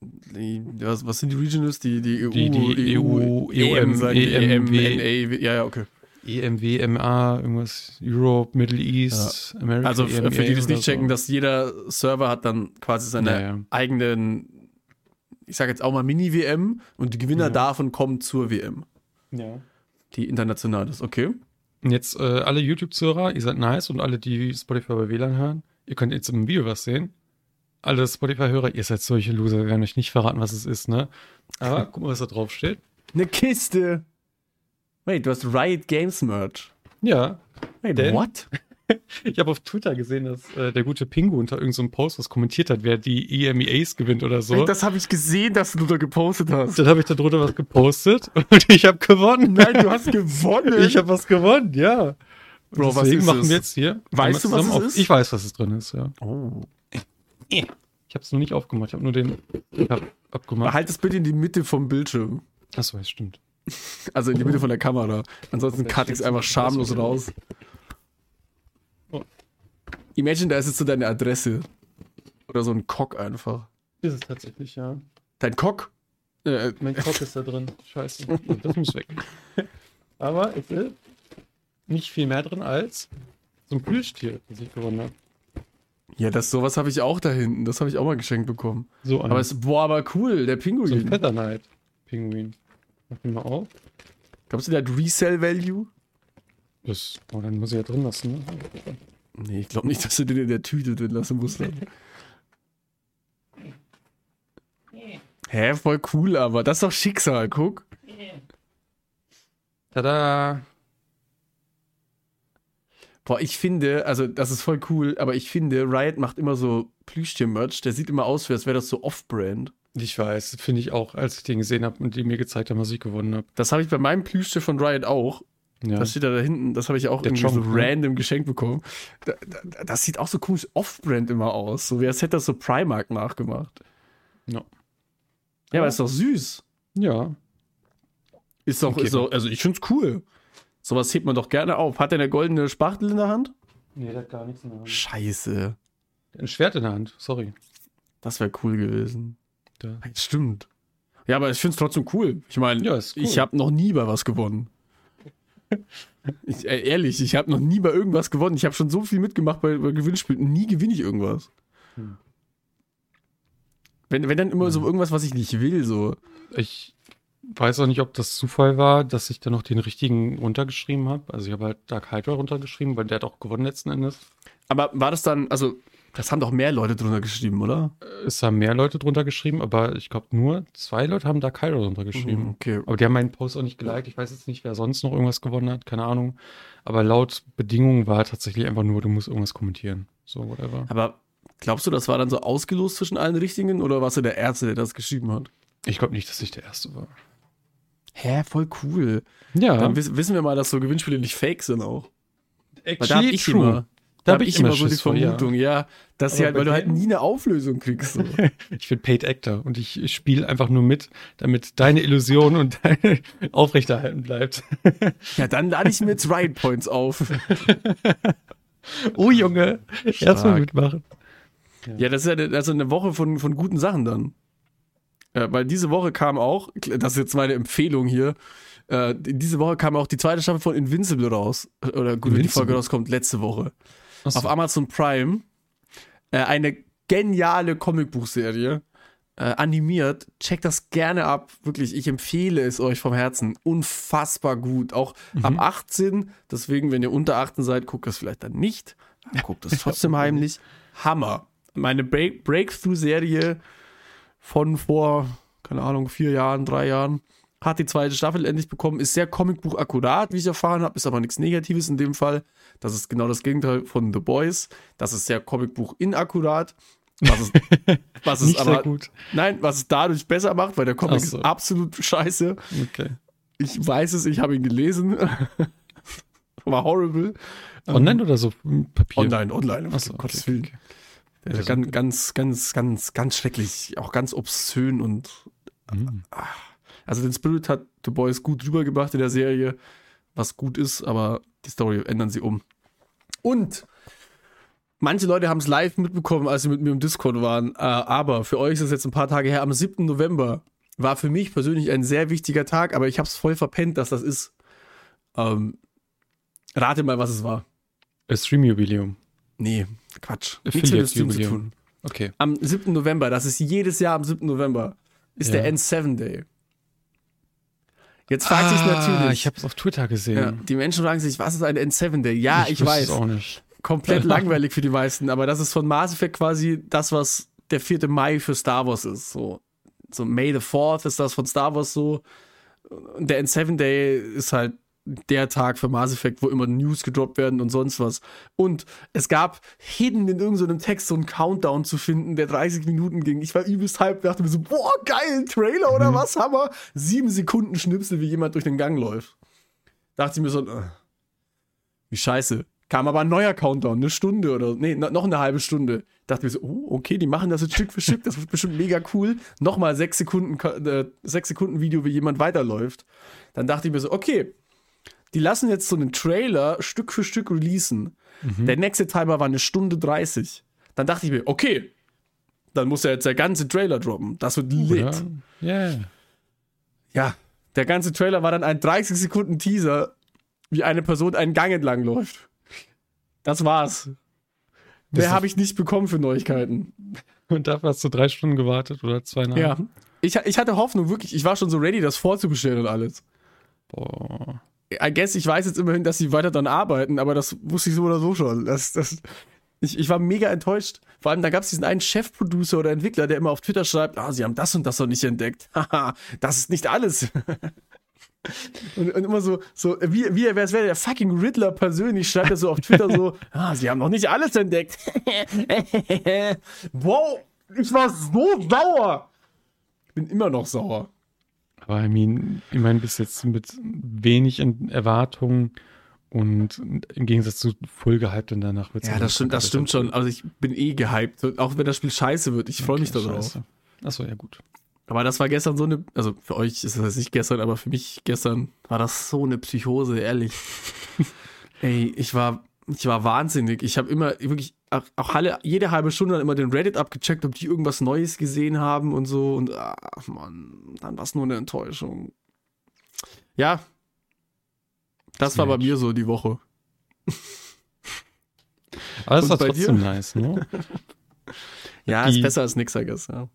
Speaker 2: die, was, was sind die Regionals? Die, die E EU,
Speaker 3: Die- die E EU,
Speaker 2: EM,
Speaker 3: EM,
Speaker 2: E sagen die, EM,
Speaker 3: EMW.
Speaker 2: NA, ja, ja, okay.
Speaker 3: EMW, MA, irgendwas, Europe, Middle East, America.
Speaker 2: Also f-
Speaker 3: EMEA
Speaker 2: für die, die es
Speaker 3: E oder
Speaker 2: nicht checken,
Speaker 3: so.
Speaker 2: dass jeder Server hat dann quasi seine
Speaker 3: Ja, ja.
Speaker 2: eigenen, ich sage jetzt auch mal Mini-WM und die Gewinner
Speaker 3: Ja.
Speaker 2: davon kommen zur WM,
Speaker 3: Ja.
Speaker 2: die international ist, okay?
Speaker 3: Und jetzt äh, alle YouTube-Zuhörer, ihr seid nice und alle, die Spotify bei WLAN hören, ihr könnt jetzt im Video was sehen. Alle Spotify-Hörer, ihr seid solche Loser, wir werden euch nicht verraten, was es ist, ne? Aber guck mal, was da drauf steht.
Speaker 2: Eine Kiste. Wait, du hast Riot Games Merch.
Speaker 3: Ja,
Speaker 2: Wait,
Speaker 3: Denn-
Speaker 2: what?
Speaker 3: ich habe auf Twitter gesehen, dass äh, der gute Pingu unter irgendeinem Post was kommentiert hat, wer die E EMEAs gewinnt oder so.
Speaker 2: Wait, das habe ich gesehen, dass du da gepostet hast.
Speaker 3: Dann habe ich da drunter was gepostet und ich habe gewonnen.
Speaker 2: Nein, du hast gewonnen.
Speaker 3: Ich habe was gewonnen, ja. Und
Speaker 2: Bro, was
Speaker 3: deswegen
Speaker 2: ist
Speaker 3: machen
Speaker 2: es?
Speaker 3: wir jetzt hier.
Speaker 2: Weißt du, was
Speaker 3: zusammen
Speaker 2: es
Speaker 3: auf-
Speaker 2: ist?
Speaker 3: Ich weiß, was es drin ist, ja.
Speaker 2: oh.
Speaker 3: Ich habe es noch nicht aufgemacht, ich habe nur den ab, abgemacht.
Speaker 2: Halt das bitte in die Mitte vom Bildschirm.
Speaker 3: Achso, ja, stimmt.
Speaker 2: Also in die Mitte von der Kamera. Ansonsten cut ich es einfach schamlos raus. Imagine, da ist jetzt so deine Adresse. Oder so ein Cock einfach.
Speaker 3: Ist es tatsächlich, ja.
Speaker 2: Dein Cock? Äh,
Speaker 3: Mein Kopf ist da drin. Scheiße. Das muss weg. Aber es ist nicht viel mehr drin als so ein Plüschtier, das ich gewonnen habe.
Speaker 2: ja, das sowas habe ich auch da hinten. Das habe ich auch mal geschenkt bekommen.
Speaker 3: So ein,
Speaker 2: Aber es boah, aber cool, der
Speaker 3: so ein
Speaker 2: Pinguin.
Speaker 3: Feather Knight Pinguin. Mach den mal auf.
Speaker 2: Glaubst du, der hat Resell Value?
Speaker 3: Das, oh, dann muss ich ja drin lassen. Ne?
Speaker 2: Nee, ich glaube nicht, dass du den in der Tüte drin lassen musst. ne? Hä, voll cool, aber das ist doch Schicksal, guck.
Speaker 3: Tada!
Speaker 2: Boah, ich finde, also das ist voll cool, aber ich finde, Riot macht immer so Plüschtier-Merch, der sieht immer aus, als wäre das so off-brand.
Speaker 3: Ich weiß, finde ich auch, als ich den gesehen habe und die mir gezeigt haben, was ich gewonnen habe.
Speaker 2: Das habe ich bei meinem Plüschtier von Riot auch.
Speaker 3: Ja.
Speaker 2: Das steht da, da hinten, das habe ich ja auch
Speaker 3: Der
Speaker 2: irgendwie so
Speaker 3: Chong, ne?
Speaker 2: random geschenkt bekommen. Da, da, das sieht auch so komisch off-brand immer aus, so wie als hätte das so Primark nachgemacht.
Speaker 3: Ja.
Speaker 2: Ja, aber ist doch süß.
Speaker 3: ja.
Speaker 2: Ist doch,
Speaker 3: Okay.
Speaker 2: ist doch also ich find's cool. Sowas hebt man doch gerne auf. Hat er eine goldene Spachtel in der Hand?
Speaker 3: Nee, der hat gar nichts in der Hand.
Speaker 2: Scheiße.
Speaker 3: Ein Schwert in der Hand, sorry.
Speaker 2: Das wäre cool gewesen.
Speaker 3: Da.
Speaker 2: Stimmt. Ja, aber ich find's trotzdem cool. Ich meine,
Speaker 3: Ja, ist cool.
Speaker 2: ich habe noch nie bei was gewonnen. Ich, äh, ehrlich, ich habe noch nie bei irgendwas gewonnen. Ich habe schon so viel mitgemacht bei, bei Gewinnspielen. Nie gewinne ich irgendwas.
Speaker 3: Hm.
Speaker 2: Wenn, wenn dann immer so irgendwas, was ich nicht will, so.
Speaker 3: Ich weiß auch nicht, ob das Zufall war, dass ich da noch den richtigen runtergeschrieben habe. Also ich habe halt Dark Hydra runtergeschrieben, weil der hat auch gewonnen letzten Endes.
Speaker 2: Aber war das dann, also, das haben doch mehr Leute drunter geschrieben, oder?
Speaker 3: Es haben mehr Leute drunter geschrieben, aber ich glaube nur zwei Leute haben Dark Hydra drunter geschrieben.
Speaker 2: Mhm, Okay.
Speaker 3: Aber die haben meinen Post auch nicht geliked. Ich weiß jetzt nicht, wer sonst noch irgendwas gewonnen hat, keine Ahnung. Aber laut Bedingungen war tatsächlich einfach nur, du musst irgendwas kommentieren. So, whatever.
Speaker 2: Aber glaubst du, das war dann so ausgelost zwischen allen Richtigen oder warst du der Erste, der das geschrieben hat?
Speaker 3: Ich glaube nicht, dass ich der Erste war.
Speaker 2: Hä, voll cool.
Speaker 3: Ja,
Speaker 2: Dann wiss, wissen wir mal, dass so Gewinnspiele nicht fake sind auch. Weil
Speaker 3: actually
Speaker 2: da hab ich immer, da
Speaker 3: Da
Speaker 2: hab
Speaker 3: habe
Speaker 2: ich immer so die
Speaker 3: Schiss vor, ja.
Speaker 2: Vermutung, ja. dass sie
Speaker 3: Aber
Speaker 2: halt,
Speaker 3: bei
Speaker 2: weil du halt
Speaker 3: denen-
Speaker 2: nie eine Auflösung kriegst. So.
Speaker 3: Ich bin Paid Actor und ich, ich spiele einfach nur mit, damit deine Illusion und deine aufrechterhalten bleibt.
Speaker 2: ja, dann lade ich mir jetzt Riot Points auf.
Speaker 3: Oh Junge, erstmal mitmachen.
Speaker 2: Ja, das ist ja eine- also eine Woche von, von guten Sachen dann. Äh, weil diese Woche kam auch, das ist jetzt meine Empfehlung hier, äh, diese Woche kam auch die zweite Staffel von Invincible raus. äh, Oder gut, wenn die
Speaker 3: Invincible?
Speaker 2: Folge rauskommt, letzte Woche.
Speaker 3: Achso.
Speaker 2: auf Amazon Prime äh, eine geniale Comicbuchserie äh, animiert. Checkt das gerne ab. Wirklich, ich empfehle es euch vom Herzen. Unfassbar gut. Auch
Speaker 3: Mhm.
Speaker 2: ab 18. Deswegen, wenn ihr unter 18 seid, guckt das vielleicht dann nicht. Aber Guckt es trotzdem heimlich. Hammer. Meine Break Breakthrough-Serie von vor, keine Ahnung, vier Jahren, drei Jahren. Hat die zweite Staffel endlich bekommen, ist sehr Comicbuch akkurat, wie ich erfahren habe, ist aber nichts Negatives in dem Fall. Das ist genau das Gegenteil von The Boys. Das ist sehr Comicbuch inakkurat. Was es, was es
Speaker 3: Nicht
Speaker 2: aber,
Speaker 3: sehr gut.
Speaker 2: Nein, was es dadurch besser macht, weil der Comic
Speaker 3: Ach so.
Speaker 2: ist absolut scheiße.
Speaker 3: Okay.
Speaker 2: Ich weiß es, ich habe ihn gelesen. War horrible.
Speaker 3: Ähm. Online oder so Hm, Papier?
Speaker 2: Online, online. um
Speaker 3: Achso,
Speaker 2: Gottes
Speaker 3: okay,
Speaker 2: Willen.
Speaker 3: okay.
Speaker 2: Der ist ganz, Also ganz, ganz, ganz, ganz schrecklich. Auch ganz obszön und.
Speaker 3: Mhm.
Speaker 2: Ah. Also, den Spirit hat The Boys gut rübergebracht in der Serie, was gut ist, aber die Story ändern sie um. Und manche Leute haben es live mitbekommen, als sie mit mir im Discord waren. Äh, aber für euch ist es jetzt ein paar Tage her. Am 7. November war für mich persönlich ein sehr wichtiger Tag, aber ich habe es voll verpennt, dass das ist. Ähm, rate mal, was es war.
Speaker 3: Das Äh, Stream-Jubiläum.
Speaker 2: Nee, Quatsch. Nichts mit dem Stream zu
Speaker 3: Affiliate-Jubiläum.
Speaker 2: tun
Speaker 3: Okay.
Speaker 2: am 7. November, das ist jedes Jahr am 7. November, ist
Speaker 3: Ja.
Speaker 2: der N7 Day. Jetzt fragt sich natürlich,
Speaker 3: Ah, Ich habe es auf Twitter
Speaker 2: Ah, ja,
Speaker 3: gesehen.
Speaker 2: die Menschen fragen sich, was ist ein N7 Day? Ja, ich,
Speaker 3: wüsste
Speaker 2: weiß,
Speaker 3: Es auch nicht.
Speaker 2: komplett langweilig für die meisten, aber das ist von Mass Effect quasi das, was der 4. Mai für Star Wars ist. So, so May the 4th ist das von Star Wars so. Und der N7 Day ist halt der Tag für Mass Effect, wo immer News gedroppt werden und sonst was. Und es gab hidden in irgendeinem Text so einen Countdown zu finden, der 30 Minuten ging. Ich war übelst hyped, dachte mir so, boah, geil, ein Trailer oder was, Hammer. Sieben Sekunden Schnipsel, wie jemand durch den Gang läuft. Dachte ich mir so, äh, wie scheiße. Kam aber ein neuer Countdown, eine Stunde oder nee, no- noch eine halbe Stunde. Dachte mir so, oh, okay, die machen das jetzt Stück für Stück, das wird bestimmt mega cool. Nochmal sechs Sekunden, Ka- äh, sechs Sekunden Video, wie jemand weiterläuft. Dann dachte ich mir so, okay, die lassen jetzt so einen Trailer Stück für Stück releasen. Der nächste Timer war eine Stunde 30. Dann dachte ich mir, okay, dann muss ja jetzt der ganze Trailer droppen. Das wird lit.
Speaker 3: Oder? Oh, Ja.
Speaker 2: Ja, der ganze Trailer war dann ein 30 Sekunden Teaser, wie eine Person einen Gang entlang läuft. Das war's.
Speaker 3: Das
Speaker 2: Mehr
Speaker 3: ist-
Speaker 2: habe ich nicht bekommen für Neuigkeiten.
Speaker 3: Und dafür hast du drei Stunden gewartet oder zweieinhalb?
Speaker 2: Ja. Ich, ich hatte Hoffnung, wirklich. Ich war schon so ready, das vorzubestellen und alles.
Speaker 3: Boah.
Speaker 2: I guess, ich weiß jetzt immerhin, dass sie weiter dann arbeiten, aber das wusste ich so oder so schon. Das, das, ich, ich war mega enttäuscht. Vor allem, da gab es diesen einen Chefproducer oder Entwickler, der immer auf Twitter schreibt, ah, sie haben das und das noch nicht entdeckt. Haha, das ist nicht alles. Und, und immer so, so wie, wie er wäre, wäre der fucking Riddler persönlich, schreibt er so auf Twitter so, ah, sie haben noch nicht alles entdeckt. wow, ich war so sauer. Ich bin immer noch sauer.
Speaker 3: Aber I mean, ich meine, bis jetzt mit wenig in- Erwartungen und im Gegensatz zu voll gehypt und danach wird
Speaker 2: Ja, das stimmt, das stimmt schon. Also ich bin eh gehypt. Und Auch wenn das Spiel scheiße wird, ich freue mich darauf.
Speaker 3: Achso, ja gut.
Speaker 2: Aber das war gestern so eine, also für euch ist das nicht gestern, aber für mich gestern war das so eine Psychose, ehrlich. Ey, ich war, ich war wahnsinnig. Ich habe immer wirklich auch, auch alle, jede halbe Stunde dann immer den Reddit abgecheckt, ob die irgendwas Neues gesehen haben und so. Und ach man, dann war es nur eine Enttäuschung. Ja, das war bei
Speaker 3: Mensch.
Speaker 2: mir so die Woche.
Speaker 3: Aber es
Speaker 2: Und
Speaker 3: war
Speaker 2: bei dir?
Speaker 3: trotzdem nice, ne?
Speaker 2: Ja,
Speaker 3: Die-
Speaker 2: ist besser als nix, I guess. Ja.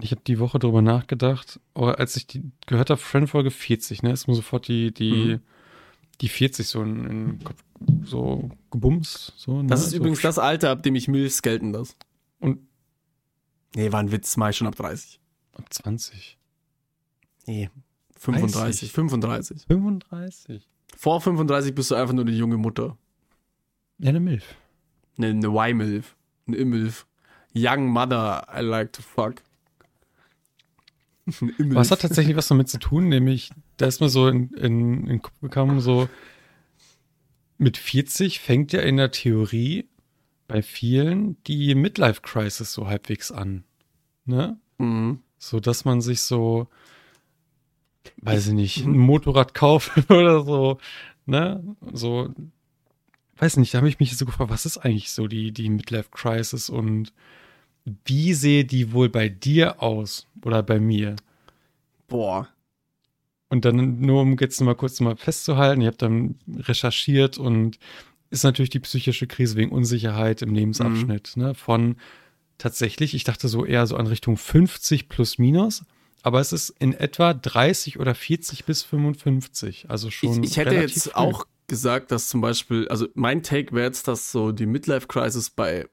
Speaker 3: Ich habe die Woche drüber nachgedacht, aber als ich die gehört habe, Friend-Folge 40, ne, ist mir sofort die, die,
Speaker 2: Mhm.
Speaker 3: die 40 so in in den Kopf, so gebums. So, ne?
Speaker 2: Das ist
Speaker 3: so
Speaker 2: übrigens das Alter, ab dem ich Milfs gelten lasse.
Speaker 3: Und-
Speaker 2: Nee, war ein Witz, mach ich schon ab 30.
Speaker 3: ab 20.
Speaker 2: Nee. 35,
Speaker 3: 30.
Speaker 2: 35.
Speaker 3: 35.
Speaker 2: Vor 35 bist du einfach nur eine junge Mutter.
Speaker 3: Ja, eine Milf.
Speaker 2: Eine, eine Y-Milf. Eine Immilf. Young Mother, I like to fuck. Eine Immilf.
Speaker 3: Was hat tatsächlich was damit zu tun, nämlich, da ist mir so in, in, in den Kopf gekommen, so mit 40 fängt ja in der Theorie bei vielen die Midlife-Crisis so halbwegs an. Ne?
Speaker 2: Mhm.
Speaker 3: So dass man sich so, weiß ich nicht, ein Motorrad kauft oder so, ne? So, weiß nicht, da habe ich mich so gefragt, was ist eigentlich so die, die Midlife-Crisis und wie sehe die wohl bei dir aus oder bei mir?
Speaker 2: Boah.
Speaker 3: Und dann nur, um jetzt noch mal kurz noch mal festzuhalten, ihr habt dann recherchiert und ist natürlich die psychische Krise wegen Unsicherheit im Lebensabschnitt,
Speaker 2: Mhm.
Speaker 3: ne? Von tatsächlich, ich dachte so eher so an Richtung 50 plus minus, aber es ist in etwa 30 oder 40 bis 55. Also
Speaker 2: Ich,
Speaker 3: schon.
Speaker 2: ich hätte
Speaker 3: relativ
Speaker 2: jetzt
Speaker 3: früh.
Speaker 2: auch gesagt, dass zum Beispiel, also mein Take wäre jetzt, dass so die Midlife-Crisis bei,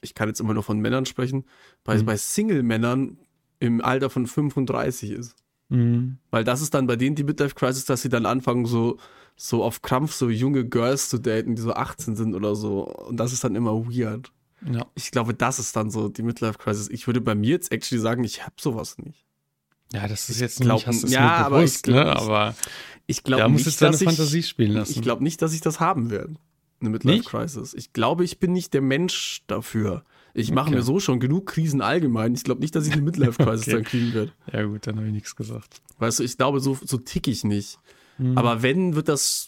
Speaker 2: ich kann jetzt immer nur von Männern sprechen, bei,
Speaker 3: Mhm.
Speaker 2: bei Single-Männern im Alter von 35 ist.
Speaker 3: Mhm.
Speaker 2: Weil das ist dann bei denen die Midlife Crisis, dass sie dann anfangen, so, so auf Krampf so junge Girls zu daten, die so 18 sind oder so. Und das ist dann immer weird.
Speaker 3: Ja.
Speaker 2: Ich glaube, das ist dann so die Midlife Crisis. Ich würde bei mir jetzt actually sagen, ich habe sowas nicht.
Speaker 3: ja, das ist
Speaker 2: Ich
Speaker 3: jetzt
Speaker 2: glaub-
Speaker 3: nicht, hast es
Speaker 2: ja,
Speaker 3: mir
Speaker 2: aber
Speaker 3: bewusst,
Speaker 2: ich glaub-
Speaker 3: ne? Aber
Speaker 2: Ich
Speaker 3: da
Speaker 2: glaube
Speaker 3: musst
Speaker 2: nicht,
Speaker 3: du jetzt deine
Speaker 2: dass
Speaker 3: Fantasie spielen
Speaker 2: ich,
Speaker 3: lassen.
Speaker 2: ich glaube nicht, dass ich das haben werde. Eine Midlife
Speaker 3: Nicht?
Speaker 2: Crisis. Ich glaube, ich bin nicht der Mensch dafür. Ich mache
Speaker 3: Okay.
Speaker 2: mir so schon genug Krisen allgemein. Ich glaube nicht, dass ich eine Midlife Crisis
Speaker 3: Okay.
Speaker 2: dann kriegen werde.
Speaker 3: ja, gut, dann habe ich nichts gesagt.
Speaker 2: Weißt du, ich glaube, so, so tick ich nicht.
Speaker 3: Mhm.
Speaker 2: Aber wenn, wird das.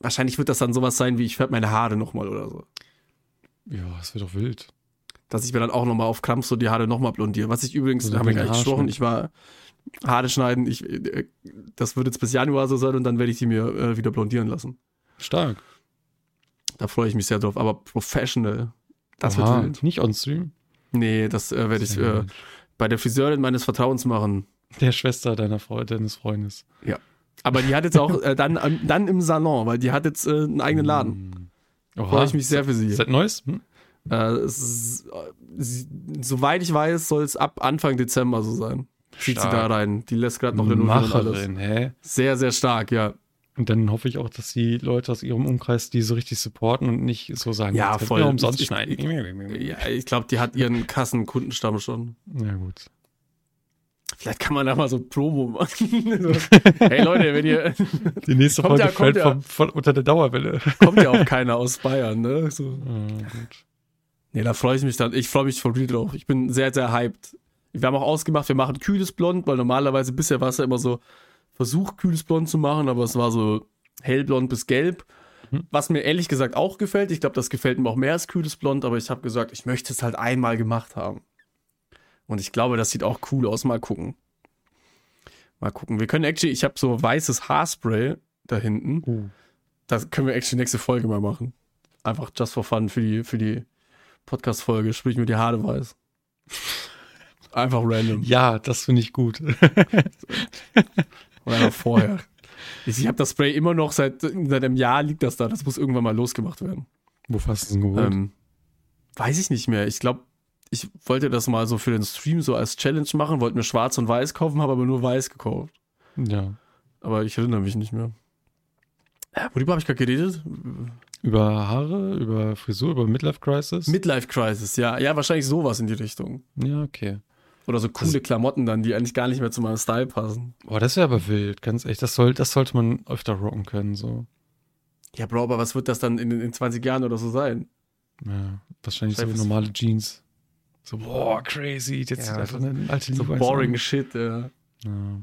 Speaker 2: Wahrscheinlich wird das dann sowas sein, wie ich färbe meine Haare nochmal oder so.
Speaker 3: ja, es wird doch wild.
Speaker 2: Dass ich mir dann auch nochmal auf Krampf so die Haare nochmal blondiere. Was ich übrigens,
Speaker 3: Also
Speaker 2: haben wir
Speaker 3: wie
Speaker 2: gar
Speaker 3: ein
Speaker 2: nicht gesprochen,
Speaker 3: Haarschnitt.
Speaker 2: ich war Haare schneiden, ich, äh, das wird jetzt bis Januar so sein und dann werde ich die mir äh, wieder blondieren lassen.
Speaker 3: Stark.
Speaker 2: Da freue ich mich sehr drauf. Aber professional, das wird wild.
Speaker 3: nicht on stream.
Speaker 2: Nee, das äh, werde ich
Speaker 3: Sehr
Speaker 2: äh,
Speaker 3: wild.
Speaker 2: bei der Friseurin meines Vertrauens machen.
Speaker 3: Der Schwester deiner Frau, deines Freundes.
Speaker 2: Aber die hat jetzt auch äh, dann, ähm, dann im Salon, weil die hat jetzt äh, einen eigenen Laden.
Speaker 3: Mm. Oha.
Speaker 2: Freue ich mich sehr für sie.
Speaker 3: Seit Neues? Hm?
Speaker 2: Äh, es ist, äh, sie, soweit ich weiß, soll es ab Anfang Dezember so sein. Zieht sie da
Speaker 3: Stark.
Speaker 2: rein. Die lässt gerade noch eine Null und alles.
Speaker 3: Macherin, hä?
Speaker 2: Sehr, sehr stark, ja.
Speaker 3: Und dann hoffe ich auch, dass die Leute aus ihrem Umkreis die so richtig supporten und nicht so sagen,
Speaker 2: Ja,
Speaker 3: das hätten
Speaker 2: voll.
Speaker 3: wir umsonst
Speaker 2: Ich- ich-
Speaker 3: schneiden.
Speaker 2: ja ich glaube, die hat ihren Kassenkundenstamm schon.
Speaker 3: Na gut.
Speaker 2: Vielleicht kann man da mal so Promo machen. hey Leute, wenn ihr.
Speaker 3: Die nächste
Speaker 2: Kommt
Speaker 3: Folge
Speaker 2: ja, kommt
Speaker 3: fällt
Speaker 2: ja.
Speaker 3: vom, von, unter der Dauerwelle.
Speaker 2: kommt ja auch keiner aus Bayern, ne? So.
Speaker 3: Ja, gut.
Speaker 2: Nee, da freue ich mich dann. Ich freue mich voll real drauf. Ich bin sehr, sehr hyped. Wir haben auch ausgemacht, wir machen kühles Blond, weil normalerweise bisher war es ja immer so, versucht kühles Blond zu machen, aber es war so hellblond bis gelb.
Speaker 3: Mhm.
Speaker 2: Was mir ehrlich gesagt auch gefällt. Ich glaube, das gefällt mir auch mehr als kühles Blond, aber ich habe gesagt, ich möchte es halt einmal gemacht haben. Und ich glaube, das sieht auch cool aus. Mal gucken. Mal gucken. Wir können actually, ich habe so weißes Haarspray da hinten.
Speaker 3: Uh,
Speaker 2: Das können wir actually nächste Folge mal machen. Einfach just for fun für die, für die Podcast-Folge, sprich mir die Haare weiß. Einfach random.
Speaker 3: ja, das finde ich gut.
Speaker 2: Oder einfach vorher. Ich, ich habe das Spray immer noch seit, seit einem Jahr liegt das da. Das muss irgendwann mal losgemacht werden.
Speaker 3: Wo hast du es denn geholt?
Speaker 2: Ähm, weiß ich nicht mehr. Ich glaube, ich wollte das mal so für den Stream so als Challenge machen, wollte mir schwarz und weiß kaufen, habe aber nur weiß gekauft.
Speaker 3: ja.
Speaker 2: Aber ich erinnere mich nicht mehr. Äh, Worüber habe ich gerade geredet?
Speaker 3: Über Haare, über Frisur, über Midlife Crisis?
Speaker 2: Midlife Crisis, ja. Ja, wahrscheinlich sowas in die Richtung.
Speaker 3: ja, okay.
Speaker 2: Oder so coole Klamotten dann, die eigentlich gar nicht mehr zu meinem Style passen.
Speaker 3: Boah, das wäre aber wild, ganz echt. Das, soll, das sollte man öfter rocken können, so.
Speaker 2: Ja, Bro, aber was wird das dann in, in 20 Jahren oder so sein?
Speaker 3: Ja, wahrscheinlich so
Speaker 2: Vielleicht was-
Speaker 3: normale Jeans. So, boah, crazy, jetzt
Speaker 2: Ja,
Speaker 3: sieht einfach eine alte
Speaker 2: So
Speaker 3: Levi's
Speaker 2: boring
Speaker 3: an.
Speaker 2: shit, ja.
Speaker 3: Ja.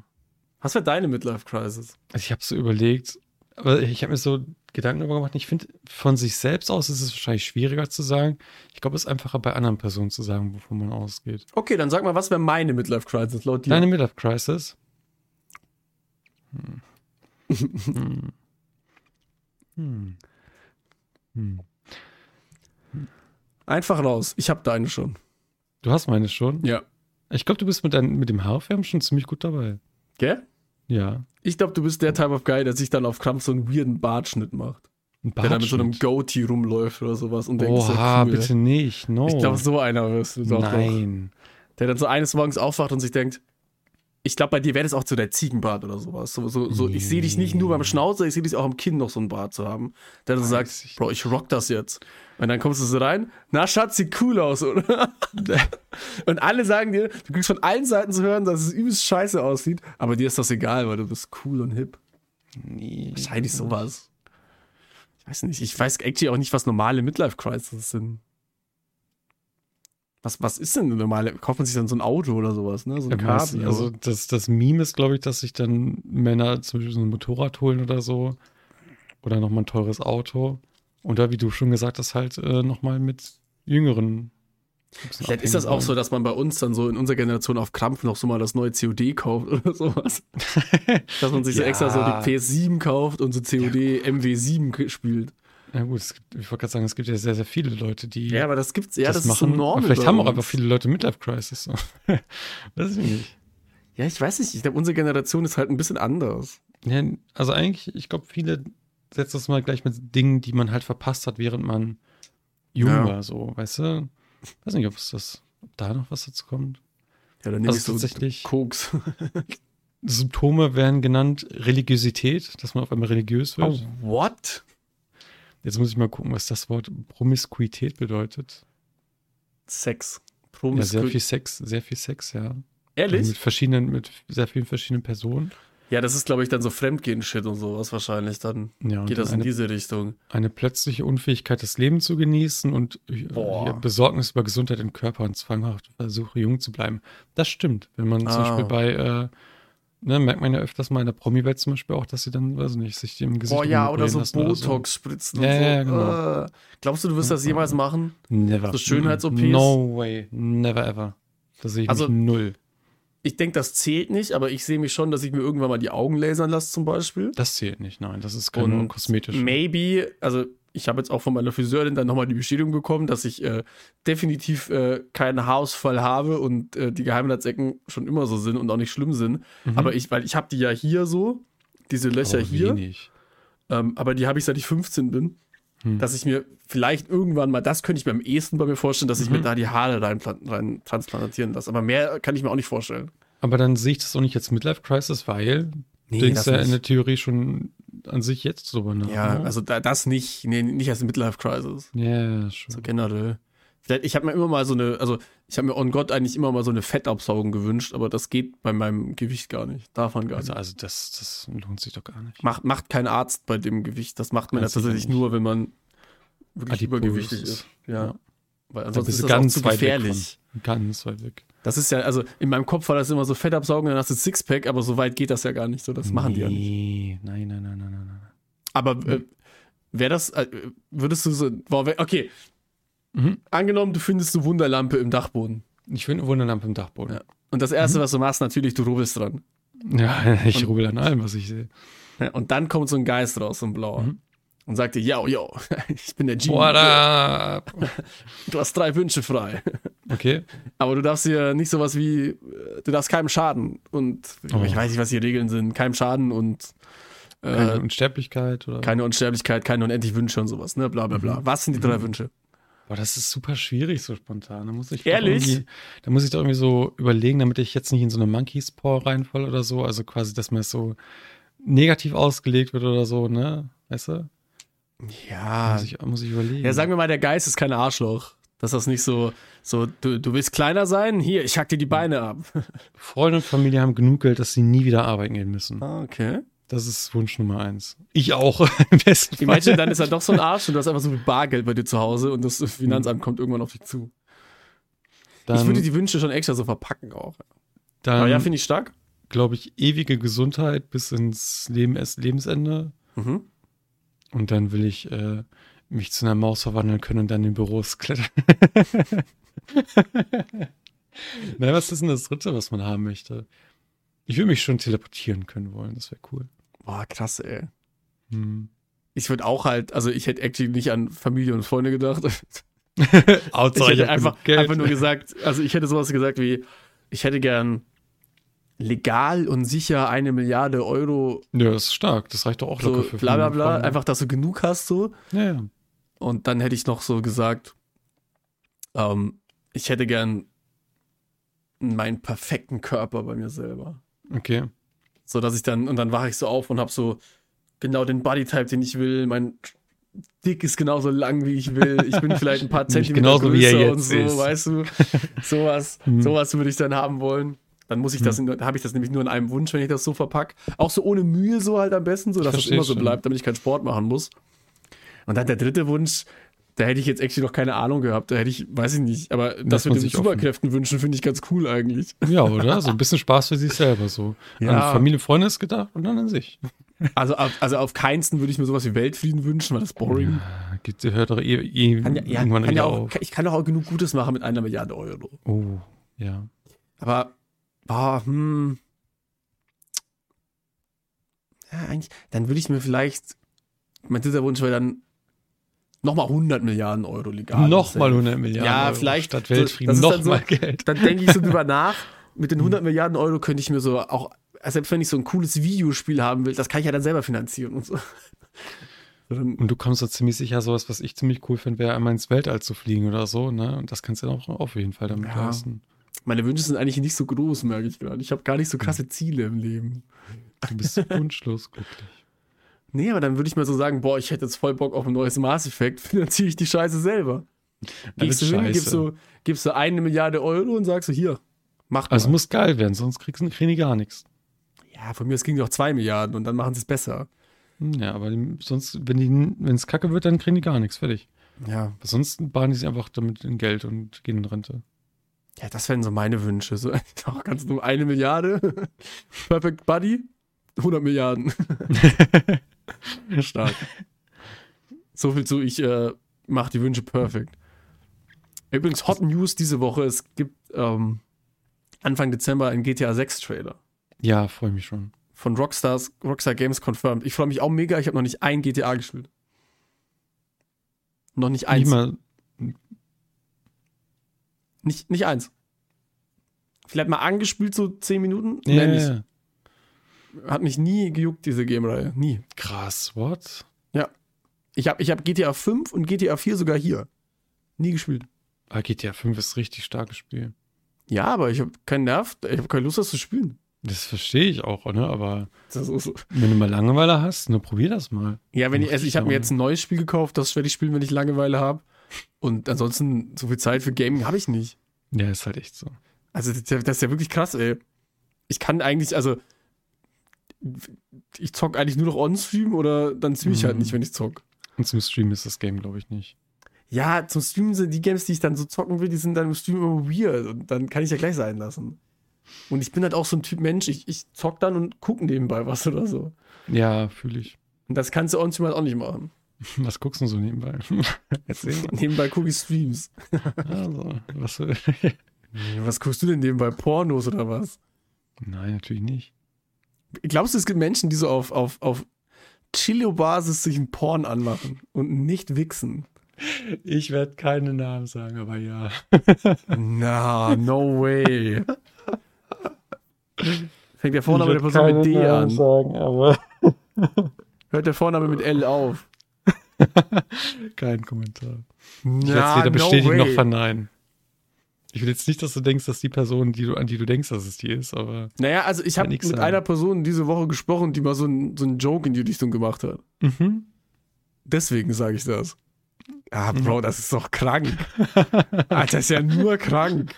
Speaker 2: Was wäre deine Midlife-Crisis?
Speaker 3: Also ich habe so überlegt, aber ich habe mir so Gedanken darüber gemacht. Ich finde, von sich selbst aus ist es wahrscheinlich schwieriger zu sagen. Ich glaube, es ist einfacher bei anderen Personen zu sagen, wovon man ausgeht.
Speaker 2: Okay, dann sag mal, was wäre meine Midlife-Crisis laut dir?
Speaker 3: Deine Midlife Crisis. Hm. Hm. Hm. Hm.
Speaker 2: Einfach raus. Ich hab deine schon.
Speaker 3: Du hast meine schon.
Speaker 2: Ja.
Speaker 3: Ich glaube, du bist mit, dein, mit dem Haarfärben schon ziemlich gut dabei.
Speaker 2: Gell?
Speaker 3: Ja.
Speaker 2: Ich glaube, du bist der Type of Guy, der sich dann auf Krampf so einen weirden Bartschnitt macht.
Speaker 3: Ein
Speaker 2: Der dann mit so einem
Speaker 3: Bartschnitt.
Speaker 2: Goatee rumläuft oder sowas und denkt, das ist ja
Speaker 3: Oha,
Speaker 2: cool.
Speaker 3: bitte nicht. No.
Speaker 2: Ich glaube, so einer wirst du doch. Doch.
Speaker 3: Nein.
Speaker 2: Der dann so eines Morgens aufwacht und sich denkt, ich glaube, bei dir wäre das auch zu der Ziegenbart oder sowas. So, so, so, ich sehe dich nicht nur beim Schnauzer, ich sehe dich auch am Kinn noch so einen Bart zu haben. Der dann so sagt,
Speaker 3: Weiß ich
Speaker 2: Bro, ich rock das jetzt. Und dann kommst du so rein, na Schatz, sieht cool aus, oder? und alle sagen dir, du kriegst von allen Seiten zu hören, dass es übelst scheiße aussieht, aber dir ist das egal, weil du bist cool und hip.
Speaker 3: Nee.
Speaker 2: Wahrscheinlich sowas. Ich weiß nicht. Ich weiß actually auch nicht, was normale Midlife-Crisis sind. Was, was ist denn eine normale? Kauft man sich dann so ein Auto oder sowas, ne? So ein
Speaker 3: Ja, meistens.
Speaker 2: Cabrio.
Speaker 3: also das, das Meme ist, glaube ich, dass sich dann Männer zum Beispiel so ein Motorrad holen oder so. Oder nochmal ein teures Auto. Oder wie du schon gesagt hast, halt äh, nochmal mit jüngeren. ein bisschen
Speaker 2: Vielleicht ist das
Speaker 3: abhängen
Speaker 2: auch so, dass man bei uns dann so in unserer Generation auf Krampf noch so mal das neue COD kauft oder sowas. Dass man sich so
Speaker 3: Ja.
Speaker 2: extra so die PS7 kauft und so COD MW7 ge- spielt.
Speaker 3: Ja gut, es gibt, ich wollte gerade sagen, es gibt ja sehr, sehr viele Leute, die
Speaker 2: Ja, aber das gibt's, ja, das,
Speaker 3: das,
Speaker 2: ist so
Speaker 3: machen.
Speaker 2: normal.
Speaker 3: Aber vielleicht haben auch
Speaker 2: bei
Speaker 3: einfach
Speaker 2: uns.
Speaker 3: viele Leute Midlife-Crisis. So. Weiß ich nicht.
Speaker 2: Ja, ich weiß nicht. Ich glaube, unsere Generation ist halt ein bisschen anders.
Speaker 3: Ja, also eigentlich, ich glaube, viele setzen das mal gleich mit Dingen, die man halt verpasst hat, während man jung
Speaker 2: Ja.
Speaker 3: war, so, weißt du? Weiß nicht, ob es das, ob da noch was dazu kommt.
Speaker 2: Ja, dann nehme
Speaker 3: Also
Speaker 2: ich so
Speaker 3: tatsächlich-
Speaker 2: Koks.
Speaker 3: Symptome werden genannt Religiosität, dass man auf einmal religiös wird.
Speaker 2: Oh, what?
Speaker 3: Jetzt muss ich mal gucken, was das Wort Promiskuität bedeutet.
Speaker 2: Sex.
Speaker 3: Ja,
Speaker 2: Promiskuit.
Speaker 3: sehr viel Sex, sehr viel Sex, ja. Mit
Speaker 2: Ehrlich?
Speaker 3: verschiedenen, mit sehr vielen verschiedenen Personen.
Speaker 2: Ja, das ist, glaube ich, dann so Fremdgehen-Shit und sowas wahrscheinlich. Dann
Speaker 3: Ja, und
Speaker 2: geht
Speaker 3: dann
Speaker 2: das in
Speaker 3: eine,
Speaker 2: diese Richtung.
Speaker 3: eine plötzliche Unfähigkeit, das Leben zu genießen und äh,
Speaker 2: Boah.
Speaker 3: ja, Besorgnis über Gesundheit im Körper und zwanghafte Versuche, jung zu bleiben. Das stimmt. Wenn man zum
Speaker 2: Ah.
Speaker 3: Beispiel bei, äh, ne, merkt man ja öfters mal in der Promi-Welt zum Beispiel auch, dass sie dann, weiß nicht, sich im Gesicht
Speaker 2: Boah, ja, oder
Speaker 3: rumoperieren
Speaker 2: so
Speaker 3: lassen oder
Speaker 2: Botox-Spritzen
Speaker 3: Ja,
Speaker 2: und so.
Speaker 3: ja, genau.
Speaker 2: Äh, glaubst du, du wirst das jemals machen?
Speaker 3: Never.
Speaker 2: So Schönheits-OPs?
Speaker 3: No way. Never ever. Da sehe ich
Speaker 2: Also-
Speaker 3: mich null.
Speaker 2: Ich denke, das zählt nicht, aber ich sehe mich schon, dass ich mir irgendwann mal die Augen lasern lasse, zum Beispiel.
Speaker 3: Das zählt nicht, nein. Das ist keine
Speaker 2: Und
Speaker 3: kosmetische.
Speaker 2: Maybe, also ich habe jetzt auch von meiner Friseurin dann nochmal die Bestätigung bekommen, dass ich äh, definitiv äh, keinen Haarausfall habe und äh, die Geheimratsecken schon immer so sind und auch nicht schlimm sind.
Speaker 3: Mhm.
Speaker 2: Aber ich, weil ich habe die ja hier so, diese
Speaker 3: Aber
Speaker 2: Löcher hier.
Speaker 3: Wenig.
Speaker 2: Ähm, aber die habe ich seit ich 15 bin.
Speaker 3: Hm.
Speaker 2: Dass ich mir vielleicht irgendwann mal, das könnte ich mir am ehesten bei mir vorstellen, dass
Speaker 3: Mhm.
Speaker 2: ich mir da die Haare rein, rein transplantieren lasse. Aber mehr kann ich mir auch nicht vorstellen.
Speaker 3: Aber dann sehe ich das auch nicht als Midlife-Crisis, weil
Speaker 2: Nee,
Speaker 3: du denkst
Speaker 2: das
Speaker 3: ja in
Speaker 2: nicht.
Speaker 3: der Theorie schon an sich jetzt drüber nach.
Speaker 2: Ja,
Speaker 3: ne?
Speaker 2: also da, das nicht. Nee, nicht als Midlife-Crisis.
Speaker 3: Ja, schon.
Speaker 2: So generell. Vielleicht, ich habe mir immer mal so eine, also ich habe mir on Gott eigentlich immer mal so eine Fettabsaugung gewünscht, aber das geht bei meinem Gewicht gar nicht. Darf man gar
Speaker 3: Also,
Speaker 2: nicht.
Speaker 3: also das, das lohnt sich doch gar nicht.
Speaker 2: Macht, macht kein Arzt bei dem Gewicht. Das macht man
Speaker 3: Ganz
Speaker 2: ja tatsächlich
Speaker 3: sicher nicht.
Speaker 2: nur, wenn man wirklich
Speaker 3: Adipös
Speaker 2: übergewichtig
Speaker 3: ist.
Speaker 2: ist. Ja.
Speaker 3: Ja.
Speaker 2: Weil
Speaker 3: Da
Speaker 2: ansonsten
Speaker 3: bist
Speaker 2: ist
Speaker 3: du
Speaker 2: das ganz
Speaker 3: ganz
Speaker 2: auch zu
Speaker 3: weit
Speaker 2: gefährlich.
Speaker 3: weg von. Ganz weit weg.
Speaker 2: Das ist ja, also in meinem Kopf war das immer so Fett absaugen, dann hast du Sixpack, aber so weit geht das ja gar nicht. So, das machen Ah, die ja nicht.
Speaker 3: Nee, Nein, nein, nein, nein, nein, nein.
Speaker 2: Aber äh, wäre das, äh, würdest du so, wow, wär, okay,
Speaker 3: Mhm.
Speaker 2: angenommen, du findest eine Wunderlampe im Dachboden.
Speaker 3: Ich finde eine Wunderlampe im Dachboden.
Speaker 2: Ja. Und das
Speaker 3: Mhm.
Speaker 2: Erste, was du machst, natürlich, du rubbelst dran.
Speaker 3: Ja, ich
Speaker 2: Und-
Speaker 3: rubbel an allem, was ich sehe.
Speaker 2: Ja, Und dann kommt so ein Geist raus, so ein blauer.
Speaker 3: Mhm.
Speaker 2: Und sagt dir, yo, yo, ich bin der Genie.
Speaker 3: What up?
Speaker 2: Du hast drei Wünsche frei.
Speaker 3: Okay.
Speaker 2: Aber du darfst hier nicht sowas wie, äh, du darfst keinem schaden. Und
Speaker 3: Oh.
Speaker 2: ich weiß nicht, was die Regeln sind. Keinem schaden und äh,
Speaker 3: Keine Unsterblichkeit oder.
Speaker 2: Keine Unsterblichkeit, keine unendlich Wünsche und sowas, ne? Bla bla bla. Was sind die drei Wünsche?
Speaker 3: Boah, das ist super schwierig so spontan. Da muss ich doch
Speaker 2: Ehrlich?
Speaker 3: irgendwie- Da muss ich doch irgendwie so überlegen, damit ich jetzt nicht in so eine Monkey's Paw reinfalle oder so. Also quasi, dass mir das so negativ ausgelegt wird oder so, ne? Weißt du?
Speaker 2: Ja.
Speaker 3: Muss ich, muss ich überlegen.
Speaker 2: Ja, sagen wir mal, der Geist ist kein Arschloch. Dass das nicht so, so du, du willst kleiner sein? Hier, ich hack dir die Beine ab.
Speaker 3: Freunde und Familie haben genug Geld, dass sie nie wieder arbeiten gehen müssen.
Speaker 2: Ah, okay.
Speaker 3: Das ist Wunsch Nummer eins. Ich auch, im besten Fall.
Speaker 2: Imagine, dann ist er doch so ein Arsch und du hast einfach so viel Bargeld bei dir zu Hause und das Finanzamt kommt irgendwann auf dich zu. ich würde
Speaker 3: dann,
Speaker 2: die Wünsche schon extra so verpacken auch. Aber ja,
Speaker 3: dann
Speaker 2: finde ich stark.
Speaker 3: glaube ich, ewige Gesundheit bis ins Leben, erst Lebensende.
Speaker 2: Mhm.
Speaker 3: Und dann will ich äh, mich zu einer Maus verwandeln können und dann in Büros klettern. Na, was ist denn das Dritte, was man haben möchte? Ich würde mich schon teleportieren können wollen, das wäre cool.
Speaker 2: Boah, krass, ey.
Speaker 3: Hm.
Speaker 2: Ich würde auch halt, also ich hätte actually nicht an Familie und Freunde gedacht. Ich
Speaker 3: Outside, ich
Speaker 2: hätte
Speaker 3: hab
Speaker 2: einfach,
Speaker 3: genug Geld.
Speaker 2: einfach nur gesagt, also ich hätte sowas gesagt wie, ich hätte gern legal und sicher eine Milliarde Euro,
Speaker 3: Ja, das ist stark, das reicht doch auch
Speaker 2: so
Speaker 3: locker für ne?
Speaker 2: bla bla
Speaker 3: Familie
Speaker 2: bla,
Speaker 3: und Freunde.
Speaker 2: einfach, dass du genug hast so.
Speaker 3: Ja, ja.
Speaker 2: Und dann hätte ich noch so gesagt, ähm, ich hätte gern meinen perfekten Körper bei mir selber.
Speaker 3: Okay.
Speaker 2: So dass ich dann, und dann wache ich so auf und habe so genau den Bodytype, den ich will, mein Dick ist genauso lang, wie ich will. Ich bin vielleicht ein paar
Speaker 3: Nämlich
Speaker 2: Zentimeter
Speaker 3: genauso, wie
Speaker 2: größer
Speaker 3: er
Speaker 2: und
Speaker 3: jetzt
Speaker 2: so,
Speaker 3: ist.
Speaker 2: weißt du. Sowas,
Speaker 3: Mhm.
Speaker 2: sowas würde ich dann haben wollen. Dann muss ich das,
Speaker 3: Hm.
Speaker 2: in- habe ich das nämlich nur in einem Wunsch, wenn ich das so verpacke. Auch so ohne Mühe so halt am besten, so dass es
Speaker 3: verstehe
Speaker 2: immer so
Speaker 3: schon.
Speaker 2: bleibt, damit ich keinen Sport machen muss. Und dann der dritte Wunsch, da hätte ich jetzt actually noch keine Ahnung gehabt. Da hätte ich, weiß ich nicht, aber das
Speaker 3: Lässt
Speaker 2: mit
Speaker 3: man
Speaker 2: den
Speaker 3: sich offen.
Speaker 2: Superkräften wünschen, finde ich ganz cool eigentlich.
Speaker 3: Ja, oder? So ein bisschen Spaß für sich selber so.
Speaker 2: Ja.
Speaker 3: An Familie, Freunde ist gedacht und dann an sich.
Speaker 2: Also auf, also auf keinsten würde ich mir sowas wie Weltfrieden wünschen, weil das boring.
Speaker 3: Gibt, hört doch eh, eh
Speaker 2: Kann ja, ja,
Speaker 3: irgendwann
Speaker 2: kann
Speaker 3: wieder
Speaker 2: ja auch,
Speaker 3: auf.
Speaker 2: ich kann doch auch genug Gutes machen mit einer Milliarde Euro.
Speaker 3: Oh, ja.
Speaker 2: Aber, boah, hm. Ja, eigentlich, dann würde ich mir vielleicht, mein dritter Wunsch wäre dann nochmal 100 Milliarden Euro legal.
Speaker 3: Nochmal 100 Milliarden.
Speaker 2: Ja,
Speaker 3: Euro
Speaker 2: vielleicht.
Speaker 3: Statt
Speaker 2: So, das
Speaker 3: Weltfrieden
Speaker 2: ist dann
Speaker 3: nochmal
Speaker 2: so-
Speaker 3: Geld.
Speaker 2: Dann denke ich so drüber nach, mit den 100 Milliarden Euro könnte ich mir so auch, selbst wenn ich so ein cooles Videospiel haben will, das kann ich ja dann selber finanzieren und so. So, dann-
Speaker 3: Und du kommst da ziemlich sicher sowas, was ich ziemlich cool finde, wäre einmal ins Weltall zu fliegen oder so, ne? Und das kannst du dann auch auf jeden Fall damit
Speaker 2: Ja.
Speaker 3: leisten.
Speaker 2: Meine Wünsche sind eigentlich nicht so groß, merke ich gerade. Ich habe gar nicht so krasse Ziele im Leben.
Speaker 3: Du bist wunschlos glücklich.
Speaker 2: Nee, aber dann würde ich mal so sagen, boah, ich hätte jetzt voll Bock auf ein neues Mass Effect, finanziere ich die Scheiße selber. Gehst du
Speaker 3: ist
Speaker 2: hin,
Speaker 3: scheiße.
Speaker 2: gibst so, gibst so eine Milliarde Euro und sagst so, hier, mach mal.
Speaker 3: Also muss geil werden, sonst kriegst du kriegen die gar nichts.
Speaker 2: ja, von mir aus ging doch zwei Milliarden und dann machen sie es besser.
Speaker 3: Hm, Ja, aber die- sonst, wenn die, wenn es kacke wird, dann kriegen die gar nichts, fertig.
Speaker 2: Ja.
Speaker 3: Aber sonst bahnen die sich einfach damit in Geld und gehen in Rente.
Speaker 2: Ja, das wären so meine Wünsche. So, auch ganz nur eine Milliarde. Perfect Buddy, 100 Milliarden. Stark. So viel zu, ich äh, mache die Wünsche perfekt. Übrigens, Hot News diese Woche: Es gibt ähm, Anfang Dezember einen GTA 6 Trailer
Speaker 3: Ja, freue mich schon.
Speaker 2: von Rockstars, Rockstar Games confirmed. Ich freue mich auch mega, ich habe noch nicht ein GTA gespielt. Noch nicht eins.
Speaker 3: Nicht mal,
Speaker 2: Nicht, nicht eins. Vielleicht mal angespielt, so 10 Minuten.
Speaker 3: ja,
Speaker 2: Mehr nicht.
Speaker 3: ja.
Speaker 2: Hat mich nie gejuckt, diese Game-Reihe. Nie.
Speaker 3: Krass, what?
Speaker 2: Ich habe ich hab GTA 5 und GTA 4 sogar hier. Nie gespielt.
Speaker 3: Ah, GTA 5 ist ein richtig starkes Spiel.
Speaker 2: Ja, aber ich habe keinen Nerv, ich habe keine Lust, das zu spielen.
Speaker 3: Das verstehe ich auch, ne? Aber
Speaker 2: Das ist so.
Speaker 3: wenn du mal Langeweile hast, ne, probier das mal.
Speaker 2: Ja, wenn ich,
Speaker 3: Macht
Speaker 2: also ich
Speaker 3: dich
Speaker 2: habe mir
Speaker 3: Laune.
Speaker 2: jetzt ein neues Spiel gekauft, das werde ich spielen, wenn ich Langeweile habe. Und ansonsten, so viel Zeit für Gaming habe ich nicht.
Speaker 3: Ja, ist halt echt so.
Speaker 2: Also, das ist, ja, das ist ja wirklich krass, ey. Ich kann eigentlich, also, ich zock eigentlich nur noch on-stream oder dann stream ich halt
Speaker 3: Mhm.
Speaker 2: nicht, wenn ich zock.
Speaker 3: Und zum Stream ist das Game, glaube ich, nicht.
Speaker 2: Ja, zum Streamen sind die Games, die ich dann so zocken will, die sind dann im Stream immer weird und dann kann ich ja gleich sein lassen. Und ich bin halt auch so ein Typ Mensch, ich, ich zock dann und guck nebenbei was oder so.
Speaker 3: Ja, fühle ich.
Speaker 2: Und das kannst du on-stream halt auch nicht machen.
Speaker 3: Was guckst du denn so nebenbei? Erzähl.
Speaker 2: nebenbei gucke ich Streams.
Speaker 3: also, was soll-
Speaker 2: Äh, Was guckst du denn nebenbei? Pornos oder was?
Speaker 3: Nein, natürlich nicht.
Speaker 2: Glaubst du, es gibt Menschen, die so auf, auf, auf Chillo-Basis sich einen Porn anmachen und nicht wichsen?
Speaker 3: Ich werde keine Namen sagen, aber ja.
Speaker 2: Na, no way. Fängt der Vorname der
Speaker 3: ich werd
Speaker 2: Person mit
Speaker 3: keine
Speaker 2: D
Speaker 3: Namen
Speaker 2: an.
Speaker 3: sagen, aber
Speaker 2: Hört der Vorname mit L auf.
Speaker 3: kein Kommentar.
Speaker 2: Na,
Speaker 3: Ich werde es weder bestätigen
Speaker 2: no
Speaker 3: noch
Speaker 2: way.
Speaker 3: verneinen. Ich will jetzt nicht, dass du denkst, dass die Person, die du, an die du denkst, dass es die ist, aber.
Speaker 2: Naja, also ich
Speaker 3: Kann
Speaker 2: habe mit
Speaker 3: nix sein.
Speaker 2: einer Person diese Woche gesprochen, die mal so, ein, so einen Joke in die Richtung gemacht hat.
Speaker 3: Mhm.
Speaker 2: Deswegen sage ich das. Ah, Bro, das ist doch krank. Alter, ist ja nur krank.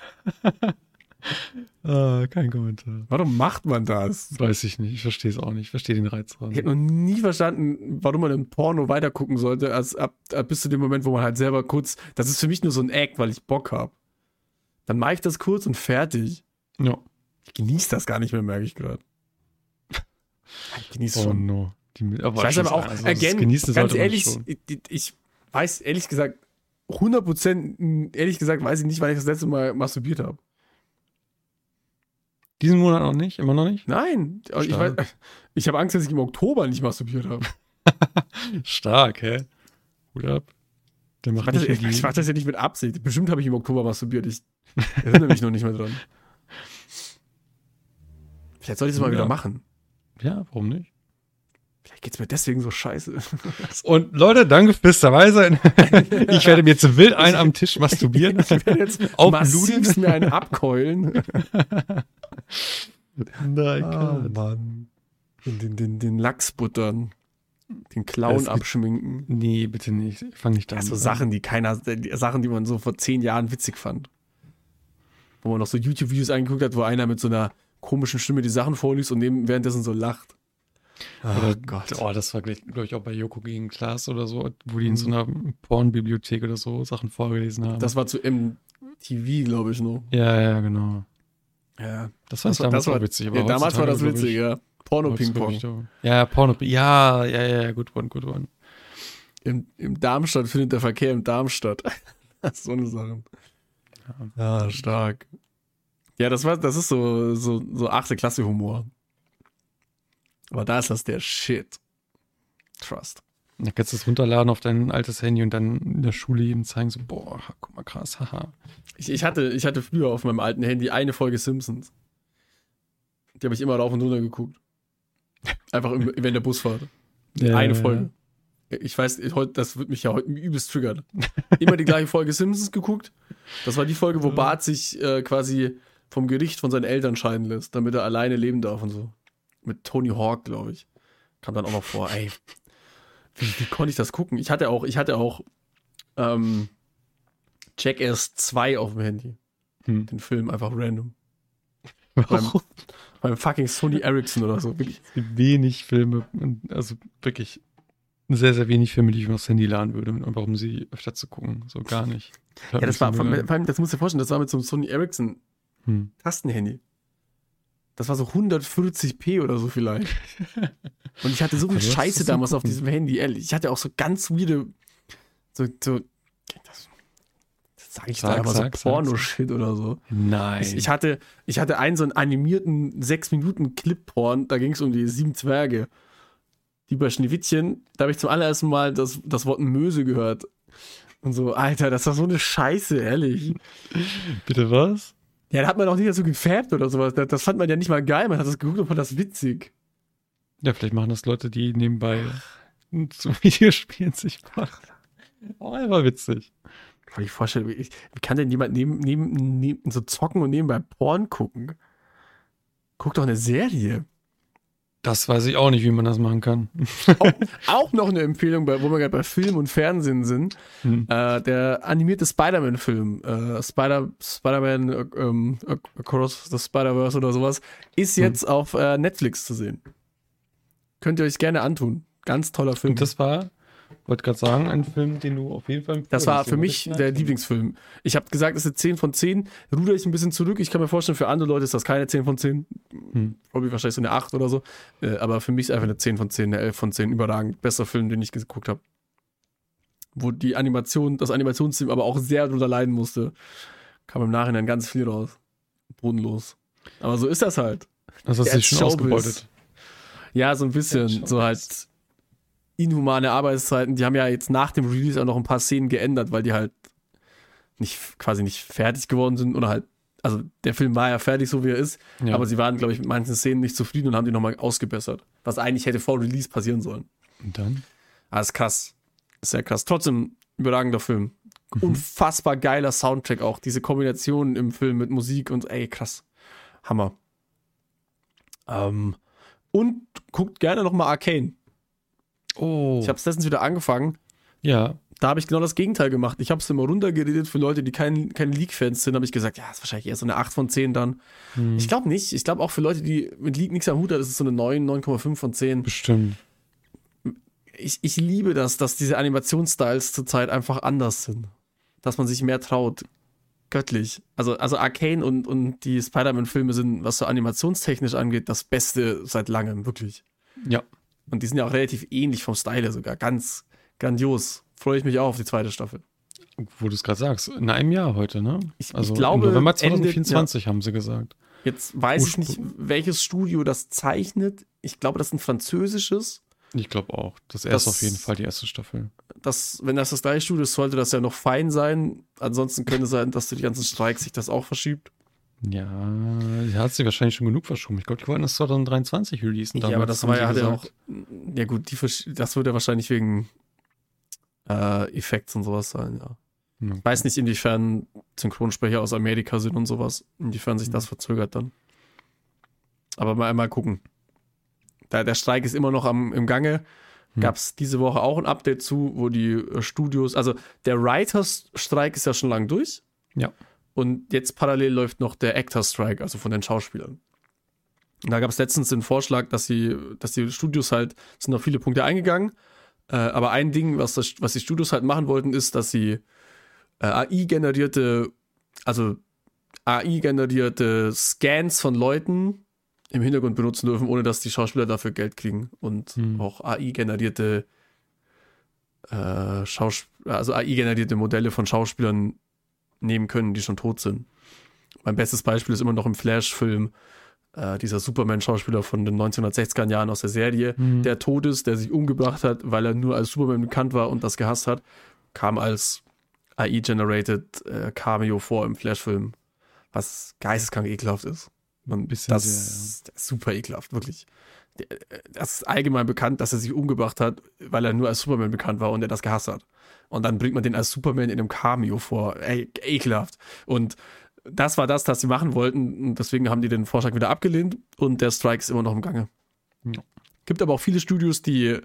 Speaker 3: Ah, kein Kommentar.
Speaker 2: Warum macht man das?
Speaker 3: Weiß ich nicht. Ich verstehe es auch nicht. Ich verstehe den Reiz dran.
Speaker 2: Ich habe noch nie verstanden, warum man im Porno weitergucken sollte, als ab, ab bis zu dem Moment, wo man halt selber kurz. Das ist für mich nur so ein Act, weil ich Bock habe. Dann mache ich das kurz und fertig.
Speaker 3: Ja.
Speaker 2: Ich genieße das gar nicht mehr, merke ich gerade. Ich genieße
Speaker 3: Oh
Speaker 2: schon.
Speaker 3: no. Die, aber
Speaker 2: Ich weiß aber auch,
Speaker 3: also das
Speaker 2: again,
Speaker 3: genießen
Speaker 2: ganz
Speaker 3: sollte man
Speaker 2: ehrlich,
Speaker 3: schon.
Speaker 2: ich, ich weiß ehrlich gesagt, 100% ehrlich gesagt, weiß ich nicht, weil ich das letzte Mal masturbiert habe.
Speaker 3: Diesen Monat noch nicht? Immer noch nicht?
Speaker 2: Nein, ich, weiß-
Speaker 3: Stark.
Speaker 2: ich habe Angst, dass ich im Oktober nicht masturbiert habe.
Speaker 3: Stark, hä? Hut ab. Der
Speaker 2: Ich
Speaker 3: macht
Speaker 2: mach das,
Speaker 3: nicht
Speaker 2: ich,
Speaker 3: nur
Speaker 2: ich
Speaker 3: die,
Speaker 2: mach das ja nicht mit Absicht. Bestimmt habe ich im Oktober masturbiert. Ich erinnere mich noch nicht mehr dran. Vielleicht soll ich es mal
Speaker 3: Ja.
Speaker 2: wieder machen.
Speaker 3: Ja, warum nicht?
Speaker 2: Vielleicht geht es mir deswegen so scheiße.
Speaker 3: Und Leute, danke fürs dabei sein. ich werde mir jetzt wild einen am Tisch masturbieren.
Speaker 2: Ich werde jetzt
Speaker 3: Auf
Speaker 2: massivst mir einen abkeulen.
Speaker 3: Nein,
Speaker 2: Mann. Den, den, den, den Lachs buttern. Den
Speaker 3: Es
Speaker 2: Clown
Speaker 3: gibt-
Speaker 2: abschminken.
Speaker 3: Nee, bitte nicht. Fang nicht damit
Speaker 2: Das
Speaker 3: an.
Speaker 2: so Sachen, die keiner, die- Sachen, die man so vor zehn Jahren witzig fand. Wo man noch so YouTube-Videos angeguckt hat, wo einer mit so einer komischen Stimme die Sachen vorliest und neben, währenddessen so lacht.
Speaker 3: Oder, Oh, das war, glaube ich, auch bei Joko gegen Klaas oder so, wo die in so einer Pornbibliothek oder so Sachen vorgelesen haben.
Speaker 2: Das war zu MTV, glaube ich, nur.
Speaker 3: ja, ja, genau.
Speaker 2: Ja,
Speaker 3: Das war, damals auch witzig. Aber
Speaker 2: ja, damals war
Speaker 3: heutzutage,
Speaker 2: das
Speaker 3: glaub ich,
Speaker 2: witzig, ja. Porno-Ping-Pong.
Speaker 3: Porno-Ping-Pong. Ja, Porno. Ja, ja, ja, good one, good one.
Speaker 2: Im, Im Darmstadt findet der Verkehr im Darmstadt. so eine Sache. Ja, stark. Ja, das war, das ist so, so, so achte Klasse Humor. Aber da ist das der Shit. Trust.
Speaker 3: Dann kannst du es runterladen auf dein altes Handy und dann in der Schule eben zeigen, so, boah, guck mal, krass, haha.
Speaker 2: Ich, ich, hatte, ich hatte früher auf meinem alten Handy eine Folge Simpsons. Die habe ich immer rauf und runter geguckt. Einfach im, während der Busfahrt. eine Folge. Ich weiß, heute, das wird mich ja heute übelst triggern. Immer die gleiche Folge Simpsons geguckt. Das war die Folge, wo Bart sich äh, quasi vom Gericht von seinen Eltern scheiden lässt, damit er alleine leben darf und so. Mit Tony Hawk, glaube ich. Kam dann auch noch vor, ey, wie, wie konnte ich das gucken? Ich hatte auch, ich hatte auch ähm, Jackass 2 auf dem Handy.
Speaker 3: Hm.
Speaker 2: Den Film einfach random.
Speaker 3: Warum?
Speaker 2: Beim fucking Sony Ericsson oder so. Wirklich.
Speaker 3: Es gibt wenig Filme, also wirklich sehr, sehr wenig Filme, die ich mir aufs Handy laden würde, einfach um sie öfter zu gucken. So gar nicht.
Speaker 2: Ja, das war, vor allem, vor allem, das musst du dir vorstellen, das war mit so einem Sony Ericsson
Speaker 3: Hm.
Speaker 2: Tastenhandy. Das war so 140p oder so vielleicht. Und ich hatte so viel
Speaker 3: Also, das ist
Speaker 2: Scheiße
Speaker 3: zum
Speaker 2: damals auf
Speaker 3: Gucken.
Speaker 2: diesem Handy, ehrlich. Ich hatte auch so ganz weirde, so, so das, das sag ich
Speaker 3: Sag,
Speaker 2: da, aber
Speaker 3: sag,
Speaker 2: so
Speaker 3: sag,
Speaker 2: Porno-Shit oder so.
Speaker 3: Nein.
Speaker 2: Ich, ich, hatte, ich hatte einen so einen animierten 6-Minuten-Clip-Porn, da ging es um die sieben Zwerge. Die bei Schneewittchen, da habe ich zum allerersten Mal das, das Wort Möse gehört. Und so, Alter, das war so eine Scheiße, ehrlich.
Speaker 3: Bitte was?
Speaker 2: Ja, da hat man auch nicht dazu gefärbt oder sowas. Das, das fand man ja nicht mal geil. Man hat das geguckt und fand das witzig.
Speaker 3: Ja, vielleicht machen das Leute, die nebenbei zu Videospielen sich machen. Oh, er war witzig.
Speaker 2: Kann ich mir vorstellen, wie, wie kann denn jemand neben, neben, neben so zocken und nebenbei Porn gucken? Guck doch eine Serie.
Speaker 3: Das weiß ich auch nicht, wie man das machen kann.
Speaker 2: Auch noch eine Empfehlung, bei, wo wir gerade bei Film und Fernsehen sind.
Speaker 3: Hm.
Speaker 2: Äh, der animierte Spider-Man-Film, äh, Spider, Spider-Man äh, ähm, Across the Spider-Verse oder sowas, ist
Speaker 3: Hm.
Speaker 2: jetzt auf äh, Netflix zu sehen. Könnt ihr euch gerne antun. Ganz toller Film.
Speaker 3: Und das war, wollte gerade sagen, ein Film, den du auf jeden Fall ne?
Speaker 2: Das war für mich der Lieblingsfilm. Ich habe gesagt, es ist eine 10 von 10. Ruder ich ein bisschen zurück. Ich kann mir vorstellen, für andere Leute ist das keine 10 von 10.
Speaker 3: Hm.
Speaker 2: Probably wahrscheinlich so eine 8 oder so. Äh, Aber für mich ist einfach eine 10 von 10, eine 11 von 10. Überragend. Bester Film, den ich geguckt habe. Wo die Animation, das Animationsteam aber auch sehr drunter leiden musste. Kam im Nachhinein ganz viel raus. Bodenlos. Aber so ist das halt.
Speaker 3: Das hast
Speaker 2: der
Speaker 3: du schon
Speaker 2: Showbiz.
Speaker 3: ausgebeutet.
Speaker 2: Ja, so ein
Speaker 3: Ja,
Speaker 2: bisschen.
Speaker 3: schon.
Speaker 2: So halt inhumane Arbeitszeiten. Die haben ja jetzt nach dem Release auch noch ein paar Szenen geändert, weil die halt nicht, quasi nicht fertig geworden sind oder halt, also der Film war ja fertig, so wie er ist,
Speaker 3: Ja.
Speaker 2: aber sie waren, glaube ich, mit manchen Szenen nicht zufrieden und haben die nochmal ausgebessert. Was eigentlich hätte vor Release passieren sollen.
Speaker 3: Und dann?
Speaker 2: Ah, ist krass. Mhm. Ist sehr krass. Trotzdem, überragender Film. Unfassbar geiler Soundtrack auch. Diese Kombination im Film mit Musik und ey, krass. Hammer. Ähm, und guckt gerne nochmal Arcane.
Speaker 3: Oh.
Speaker 2: Ich habe es letztens wieder angefangen.
Speaker 3: ja,
Speaker 2: Da habe ich genau das Gegenteil gemacht. Ich habe es immer runtergeredet für Leute, die kein, keine League-Fans sind, habe ich gesagt, ja, ist wahrscheinlich eher so eine 8 von 10 dann.
Speaker 3: Hm,
Speaker 2: Ich glaube nicht. Ich glaube auch für Leute, die mit League nichts am Hut haben, ist es so eine 9, 9,5 von 10.
Speaker 3: bestimmt.
Speaker 2: Ich, ich liebe das, dass diese Animationsstyles zurzeit einfach anders sind. Dass man sich mehr traut. Göttlich. Also, also Arcane und, und die Spider-Man-Filme sind, was so animationstechnisch angeht, das Beste seit langem, wirklich.
Speaker 3: Ja.
Speaker 2: Und die sind ja auch relativ ähnlich vom Style her sogar. Ganz grandios. Freue ich mich auch auf die zweite Staffel.
Speaker 3: Wo du es gerade sagst, in einem Jahr heute, ne?
Speaker 2: Ich- ich
Speaker 3: also
Speaker 2: glaube,
Speaker 3: im November
Speaker 2: Ende-
Speaker 3: 2024 haben sie gesagt.
Speaker 2: Jetzt weiß ich nicht,
Speaker 3: Ursprung-
Speaker 2: welches Studio das zeichnet. Ich glaube, das ist ein französisches.
Speaker 3: Ich glaube auch. Das erste
Speaker 2: Das-
Speaker 3: auf jeden Fall, die erste Staffel.
Speaker 2: Das, wenn das das gleiche Studio ist, sollte das ja noch fein sein. Ansonsten könnte sein, dass durch die ganzen Streiks sich das auch verschiebt.
Speaker 3: Ja, da hat sie wahrscheinlich schon genug verschoben. Ich glaube, die wollten das 2023 releasen.
Speaker 2: ja, aber
Speaker 3: damals,
Speaker 2: das
Speaker 3: haben
Speaker 2: war
Speaker 3: sie
Speaker 2: ja, hat ja auch.
Speaker 3: gesagt.
Speaker 2: Ja, gut, die, versch- das würde ja wahrscheinlich wegen äh, Effekts und sowas sein, ja.
Speaker 3: Ja.
Speaker 2: Ich weiß nicht, inwiefern Synchronsprecher aus Amerika sind und sowas, inwiefern sich
Speaker 3: Mhm.
Speaker 2: das verzögert dann. Aber mal, mal gucken. Da, der Streik ist immer noch am, im Gange.
Speaker 3: Hm.
Speaker 2: Gab es diese Woche auch ein Update zu, wo die äh, Studios, also der Writers-Streik ist ja schon lang durch.
Speaker 3: Ja.
Speaker 2: Und jetzt parallel läuft noch der Actor-Strike, also von den Schauspielern. Und da gab es letztens den Vorschlag, dass sie, dass die Studios halt, sind auf viele Punkte eingegangen. Äh, aber ein Ding, was, das, was die Studios halt machen wollten, ist, dass sie äh, AI-generierte, also AI-generierte Scans von Leuten im Hintergrund benutzen dürfen, ohne dass die Schauspieler dafür Geld kriegen. Und
Speaker 3: Hm.
Speaker 2: auch AI-generierte äh, Schaus also AI-generierte Modelle von Schauspielern nehmen können, die schon tot sind. Mein bestes Beispiel ist immer noch im Flash-Film, äh, dieser Superman-Schauspieler von den 1960er Jahren aus der Serie,
Speaker 3: Mhm.
Speaker 2: der tot ist, der sich umgebracht hat, weil er nur als Superman bekannt war und das gehasst hat, kam als AI-generated äh, Cameo vor im Flash-Film, was geisteskrank ekelhaft ist. Man,
Speaker 3: Ein bisschen
Speaker 2: das,
Speaker 3: sehr,
Speaker 2: das ist super ekelhaft, wirklich. Der- äh, Das ist allgemein bekannt, dass er sich umgebracht hat, weil er nur als Superman bekannt war und er das gehasst hat. Und dann bringt man den als Superman in einem Cameo vor. Ey, ekelhaft. Und das war das, das sie machen wollten. Und deswegen haben die den Vorschlag wieder abgelehnt und der Strike ist immer noch im Gange.
Speaker 3: Ja.
Speaker 2: Gibt aber auch viele Studios, die,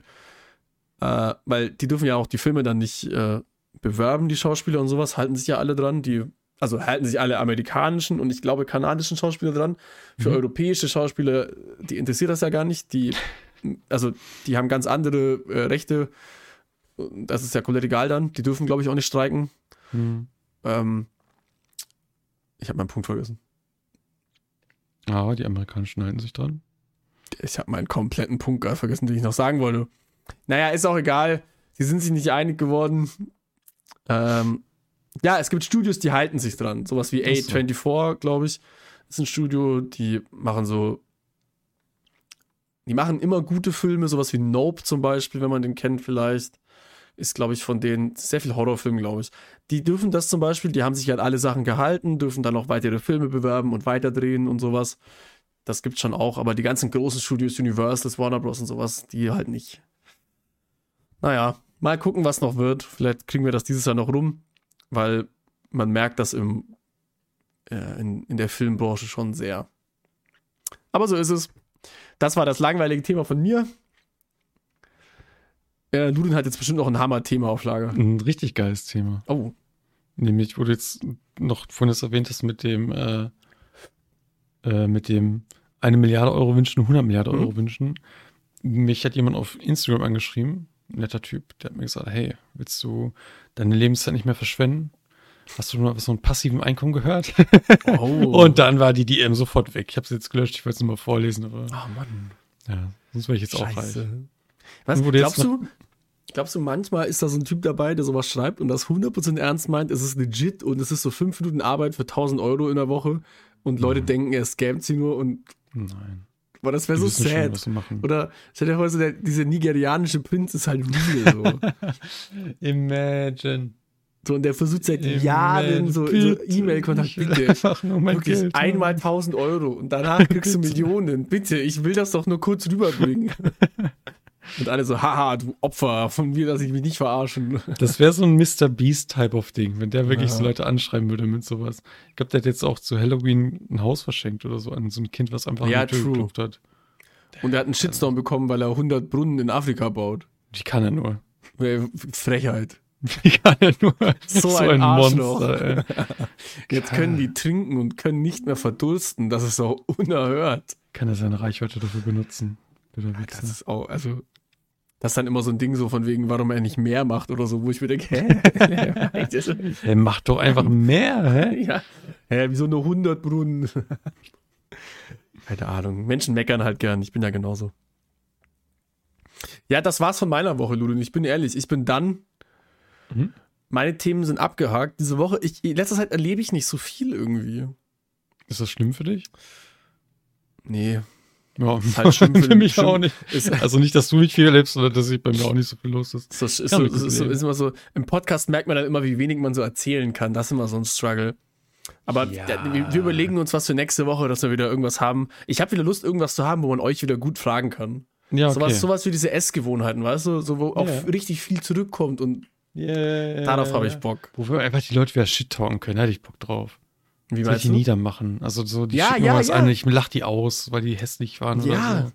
Speaker 2: äh, weil die dürfen ja auch die Filme dann nicht äh, bewerben, die Schauspieler und sowas, halten sich ja alle dran. Die, also halten sich alle amerikanischen und ich glaube kanadischen Schauspieler dran. Für
Speaker 3: Mhm.
Speaker 2: europäische Schauspieler, die interessiert das ja gar nicht. Die, also die haben ganz andere äh, Rechte. Und Das ist ja komplett egal dann. Die dürfen, glaube ich, auch nicht streiken.
Speaker 3: Mhm.
Speaker 2: Ähm, ich habe meinen Punkt vergessen.
Speaker 3: Aber die amerikanischen halten sich dran.
Speaker 2: Ich habe meinen kompletten Punkt gerade vergessen, den ich noch sagen wollte. Naja, ist auch egal. Sie sind sich nicht einig geworden. Ähm, ja, es gibt Studios, die halten sich dran. Sowas wie
Speaker 3: Ach so.
Speaker 2: A24, glaube ich, ist ein Studio, die machen so. Die machen immer gute Filme, sowas wie Nope zum Beispiel, wenn man den kennt, vielleicht. Ist, glaube ich, von denen sehr viel Horrorfilm, glaube ich. Die dürfen das zum Beispiel, die haben sich an alle Sachen gehalten, dürfen dann auch weitere Filme bewerben und weiterdrehen und sowas. Das gibt's schon auch, aber die ganzen großen Studios, Universal, Warner Bros. und sowas, die halt nicht. Naja, mal gucken, was noch wird. Vielleicht kriegen wir das dieses Jahr noch rum, weil man merkt das im, äh, in, in der Filmbranche schon sehr. Aber so ist es. Das war das langweilige Thema von mir. Äh, Ludin hat jetzt bestimmt noch ein Hammer-Thema auf Lager.
Speaker 3: Ein richtig geiles Thema.
Speaker 2: Oh,
Speaker 3: Nämlich, wo du jetzt noch vorhin das erwähnt hast mit dem, äh, äh, mit dem eine Milliarde Euro wünschen, 100 Milliarden
Speaker 2: Mhm.
Speaker 3: Euro wünschen. Mich hat jemand auf Instagram angeschrieben, ein netter Typ, der hat mir gesagt, hey, willst du deine Lebenszeit nicht mehr verschwenden? Hast du schon mal was von passivem Einkommen gehört?
Speaker 2: oh.
Speaker 3: Und dann war die DM sofort weg. Ich habe sie jetzt gelöscht, ich wollte es nur mal vorlesen, aber
Speaker 2: Ah, Mann.
Speaker 3: ja, sonst wäre ich jetzt auch reich.
Speaker 2: Scheiße. Was,
Speaker 3: Wurde jetzt
Speaker 2: glaubst du, glaubst du, manchmal ist da so ein Typ dabei, der sowas schreibt und das 100% ernst meint, es ist legit und es ist so 5 Minuten Arbeit für 1000 Euro in der Woche und Leute denken, er scammt sie nur und
Speaker 3: Nein.
Speaker 2: boah, das wäre
Speaker 3: Mhm. Die
Speaker 2: so
Speaker 3: wissen schon,
Speaker 2: sad.
Speaker 3: was sie machen.
Speaker 2: Oder stell dir vor, so der, dieser nigerianische Prinz ist halt real so.
Speaker 3: Imagine.
Speaker 2: so und der versucht seit Jahren so, so E-Mail-Kontakt. Bitte,
Speaker 3: Einfach nur mein
Speaker 2: wirklich
Speaker 3: Geld.
Speaker 2: einmal 1000 Euro und danach kriegst du Millionen. Bitte, ich will das doch nur kurz rüberbringen. und alle so, haha, du Opfer, von mir lass ich mich nicht verarschen.
Speaker 3: Das wäre so ein Mr. Beast Type of Ding, wenn der wirklich
Speaker 2: Ja.
Speaker 3: so Leute anschreiben würde mit sowas. Ich glaube, der hat jetzt auch zu Halloween ein Haus verschenkt oder so an so ein Kind, was einfach an
Speaker 2: Ja,
Speaker 3: die Tür
Speaker 2: true.
Speaker 3: geklopft hat.
Speaker 2: Und er hat einen Shitstorm bekommen, weil er 100 Brunnen in Afrika baut.
Speaker 3: Die kann er nur.
Speaker 2: Äh, Frechheit.
Speaker 3: Wie kann er nur
Speaker 2: So ein Arschloch.
Speaker 3: Monster, ey.
Speaker 2: Jetzt können die trinken und können nicht mehr verdursten. Das ist auch unerhört.
Speaker 3: Kann er seine Reichweite dafür benutzen? Blöder
Speaker 2: Das
Speaker 3: Wichser.
Speaker 2: ist auch, also, das ist dann immer so ein Ding so von wegen, warum er nicht mehr macht oder so, wo ich mir denke, hä?
Speaker 3: Er macht doch einfach mehr, hä?
Speaker 2: ja, hä, wie so eine 100 Brunnen. Keine Ahnung. Menschen meckern halt gern. Ich bin ja genauso. Ja, das war's von meiner Woche, Ludwig. Ich bin ehrlich, ich bin dann.
Speaker 3: Mhm.
Speaker 2: Meine Themen sind abgehakt. Diese Woche, ich, in letzter Zeit erlebe ich nicht so viel irgendwie.
Speaker 3: Ist das schlimm für dich?
Speaker 2: Nee,
Speaker 3: Ja,
Speaker 2: Ist halt schlimm für-
Speaker 3: mich
Speaker 2: schlimm-
Speaker 3: auch nicht.
Speaker 2: ist,
Speaker 3: Also nicht, dass du nicht viel erlebst oder dass ich bei mir auch nicht so viel los ist.
Speaker 2: So, ist, so,
Speaker 3: Kann man
Speaker 2: ist, so,
Speaker 3: mitleben.
Speaker 2: ist immer so, im Podcast merkt man dann immer, wie wenig man so erzählen kann. Das ist immer so ein Struggle. Aber
Speaker 3: Ja.
Speaker 2: da- wir, wir überlegen uns was für nächste Woche, dass wir wieder irgendwas haben. Ich habe wieder Lust, irgendwas zu haben, wo man euch wieder gut fragen kann.
Speaker 3: Ja,
Speaker 2: Sowas, sowas wie diese Essgewohnheiten, weißt du? So, wo auch
Speaker 3: Ja.
Speaker 2: richtig viel zurückkommt und darauf habe ich Bock.
Speaker 3: Wo wir einfach die Leute wieder shit-talken können, hätte ich Bock drauf.
Speaker 2: Wie
Speaker 3: Soll ich
Speaker 2: meinst
Speaker 3: die
Speaker 2: du?
Speaker 3: niedermachen? Also so, die
Speaker 2: Ja,
Speaker 3: schicken mir
Speaker 2: ja,
Speaker 3: was
Speaker 2: ja.
Speaker 3: an, ich lach die aus, weil die hässlich waren
Speaker 2: Ja.
Speaker 3: oder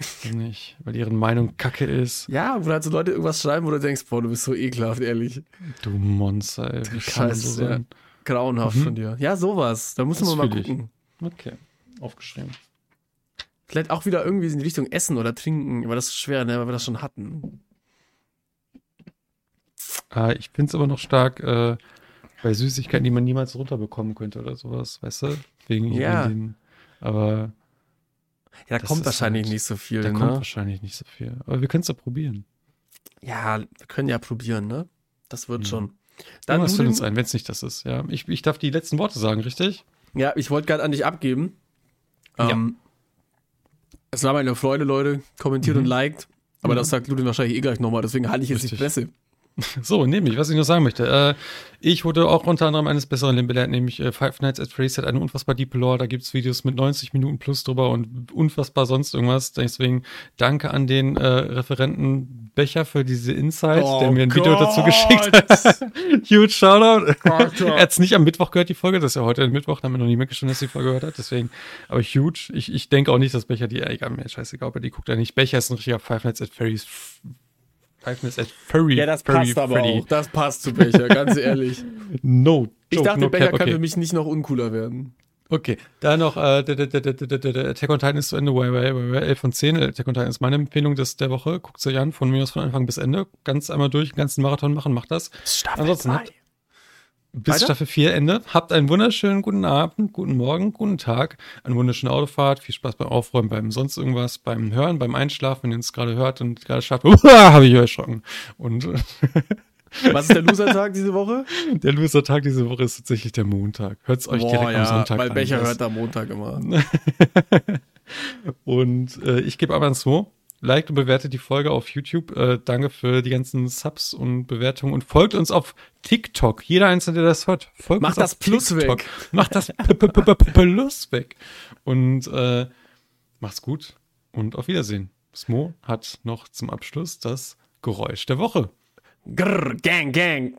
Speaker 3: so. Weiß Nicht, weil ihre Meinung kacke ist.
Speaker 2: Ja, wo halt so Leute irgendwas schreiben, wo du denkst, boah, du bist so ekelhaft, ehrlich.
Speaker 3: Du Monster, ey. Wie kann das so
Speaker 2: Scheiße, ja.
Speaker 3: sein?
Speaker 2: Grauenhaft
Speaker 3: Mhm.
Speaker 2: von dir. Ja, sowas. Da müssen
Speaker 3: Das
Speaker 2: wir mal
Speaker 3: fühl ich.
Speaker 2: gucken.
Speaker 3: Okay, aufgeschrieben.
Speaker 2: Vielleicht auch wieder irgendwie in die Richtung Essen oder Trinken, aber das ist schwer, ne, weil wir das schon hatten.
Speaker 3: Ah, ich finde es aber noch stark äh, bei Süßigkeiten, die man niemals runterbekommen könnte oder sowas, weißt du? Wegen
Speaker 2: Ja.
Speaker 3: wegen den- Aber
Speaker 2: Ja, da
Speaker 3: Das
Speaker 2: kommt
Speaker 3: ist
Speaker 2: wahrscheinlich
Speaker 3: halt-
Speaker 2: nicht so viel.
Speaker 3: da
Speaker 2: ne?
Speaker 3: kommt wahrscheinlich nicht so viel. Aber wir können es ja probieren.
Speaker 2: Ja, wir können ja probieren, ne? Das wird
Speaker 3: Mhm.
Speaker 2: schon. Dann
Speaker 3: Dann was fällt
Speaker 2: Nudeln-
Speaker 3: uns ein, wenn es nicht das ist. Ja, ich, ich darf die letzten Worte sagen, richtig?
Speaker 2: Ja, ich wollte gerade an dich abgeben.
Speaker 3: Ja.
Speaker 2: Ähm, Es war meine Freude, Leute. Kommentiert
Speaker 3: Mhm.
Speaker 2: und liked. Aber
Speaker 3: Mhm.
Speaker 2: das sagt Ludwig wahrscheinlich eh gleich nochmal. Deswegen halte ich jetzt
Speaker 3: Richtig.
Speaker 2: die Fresse.
Speaker 3: So, nämlich, was ich noch sagen möchte. Äh, ich wurde auch unter anderem eines Besseren belehrt, nämlich äh, Five Nights at Freddy's hat eine unfassbar deep Lore. Da gibt es Videos mit 90 Minuten plus drüber und unfassbar sonst irgendwas. Deswegen danke an den äh, Referenten Becher für diese Insight,
Speaker 2: Oh
Speaker 3: der mir ein Video
Speaker 2: Gott.
Speaker 3: dazu geschickt hat. Huge Shoutout. er hat es nicht am Mittwoch gehört, die Folge. Das ist ja heute ein Mittwoch, da haben wir noch nie mitgeschnitten, dass die Folge gehört hat. Deswegen, aber huge. Ich, ich denke auch nicht, dass Becher die, egal, mir scheißegal, aber die guckt ja nicht. Becher ist ein richtiger Five Nights at Freddy's. Five Nights at Furry.
Speaker 2: Ja, das
Speaker 3: Furry
Speaker 2: passt aber
Speaker 3: Freddy.
Speaker 2: auch. Das passt zu Becher, ganz ehrlich.
Speaker 3: No.
Speaker 2: Ich
Speaker 3: joke,
Speaker 2: dachte,
Speaker 3: no
Speaker 2: Becher
Speaker 3: cap,
Speaker 2: kann
Speaker 3: okay.
Speaker 2: für mich nicht noch uncooler werden.
Speaker 3: Okay, dann noch äh, d- d- d- d- d- d- d- Attack on Titan ist zu Ende, why, why, why, why, 11 von 10. Attack on Titan ist meine Empfehlung des, der Woche. Guckt euch an, von mir aus von Anfang bis Ende. Ganz einmal durch, einen ganzen Marathon machen, macht das.
Speaker 2: Staffel
Speaker 3: Ansonsten habt- Bis
Speaker 2: Weiter?
Speaker 3: Staffel 4 Ende. Habt einen wunderschönen guten Abend, guten Morgen, guten Tag, eine wunderschöne Autofahrt, viel Spaß beim Aufräumen, beim sonst irgendwas, beim Hören, beim Einschlafen, wenn ihr es gerade hört und gerade schlaft. Uah, habe ich euch erschrocken. Und äh,
Speaker 2: Was ist der Loser-Tag diese Woche?
Speaker 3: der Loser-Tag diese Woche ist tatsächlich der Montag. Hört es euch direkt am Sonntag
Speaker 2: weil
Speaker 3: an.
Speaker 2: Becher
Speaker 3: Das-
Speaker 2: hört am Montag immer.
Speaker 3: Und äh, ich gebe aber ans Mo. Liked und bewertet die Folge auf YouTube. Äh, danke für die ganzen Subs und Bewertungen und folgt uns auf TikTok. Jeder Einzelne, der das hört, folgt
Speaker 2: Macht
Speaker 3: uns
Speaker 2: das
Speaker 3: auf
Speaker 2: Plus
Speaker 3: TikTok.
Speaker 2: weg.
Speaker 3: Macht das P- P- P- P- Plus weg. Und äh, macht's gut und auf Wiedersehen. Smo hat noch zum Abschluss das Geräusch der Woche.
Speaker 2: Grrr, gang, gang.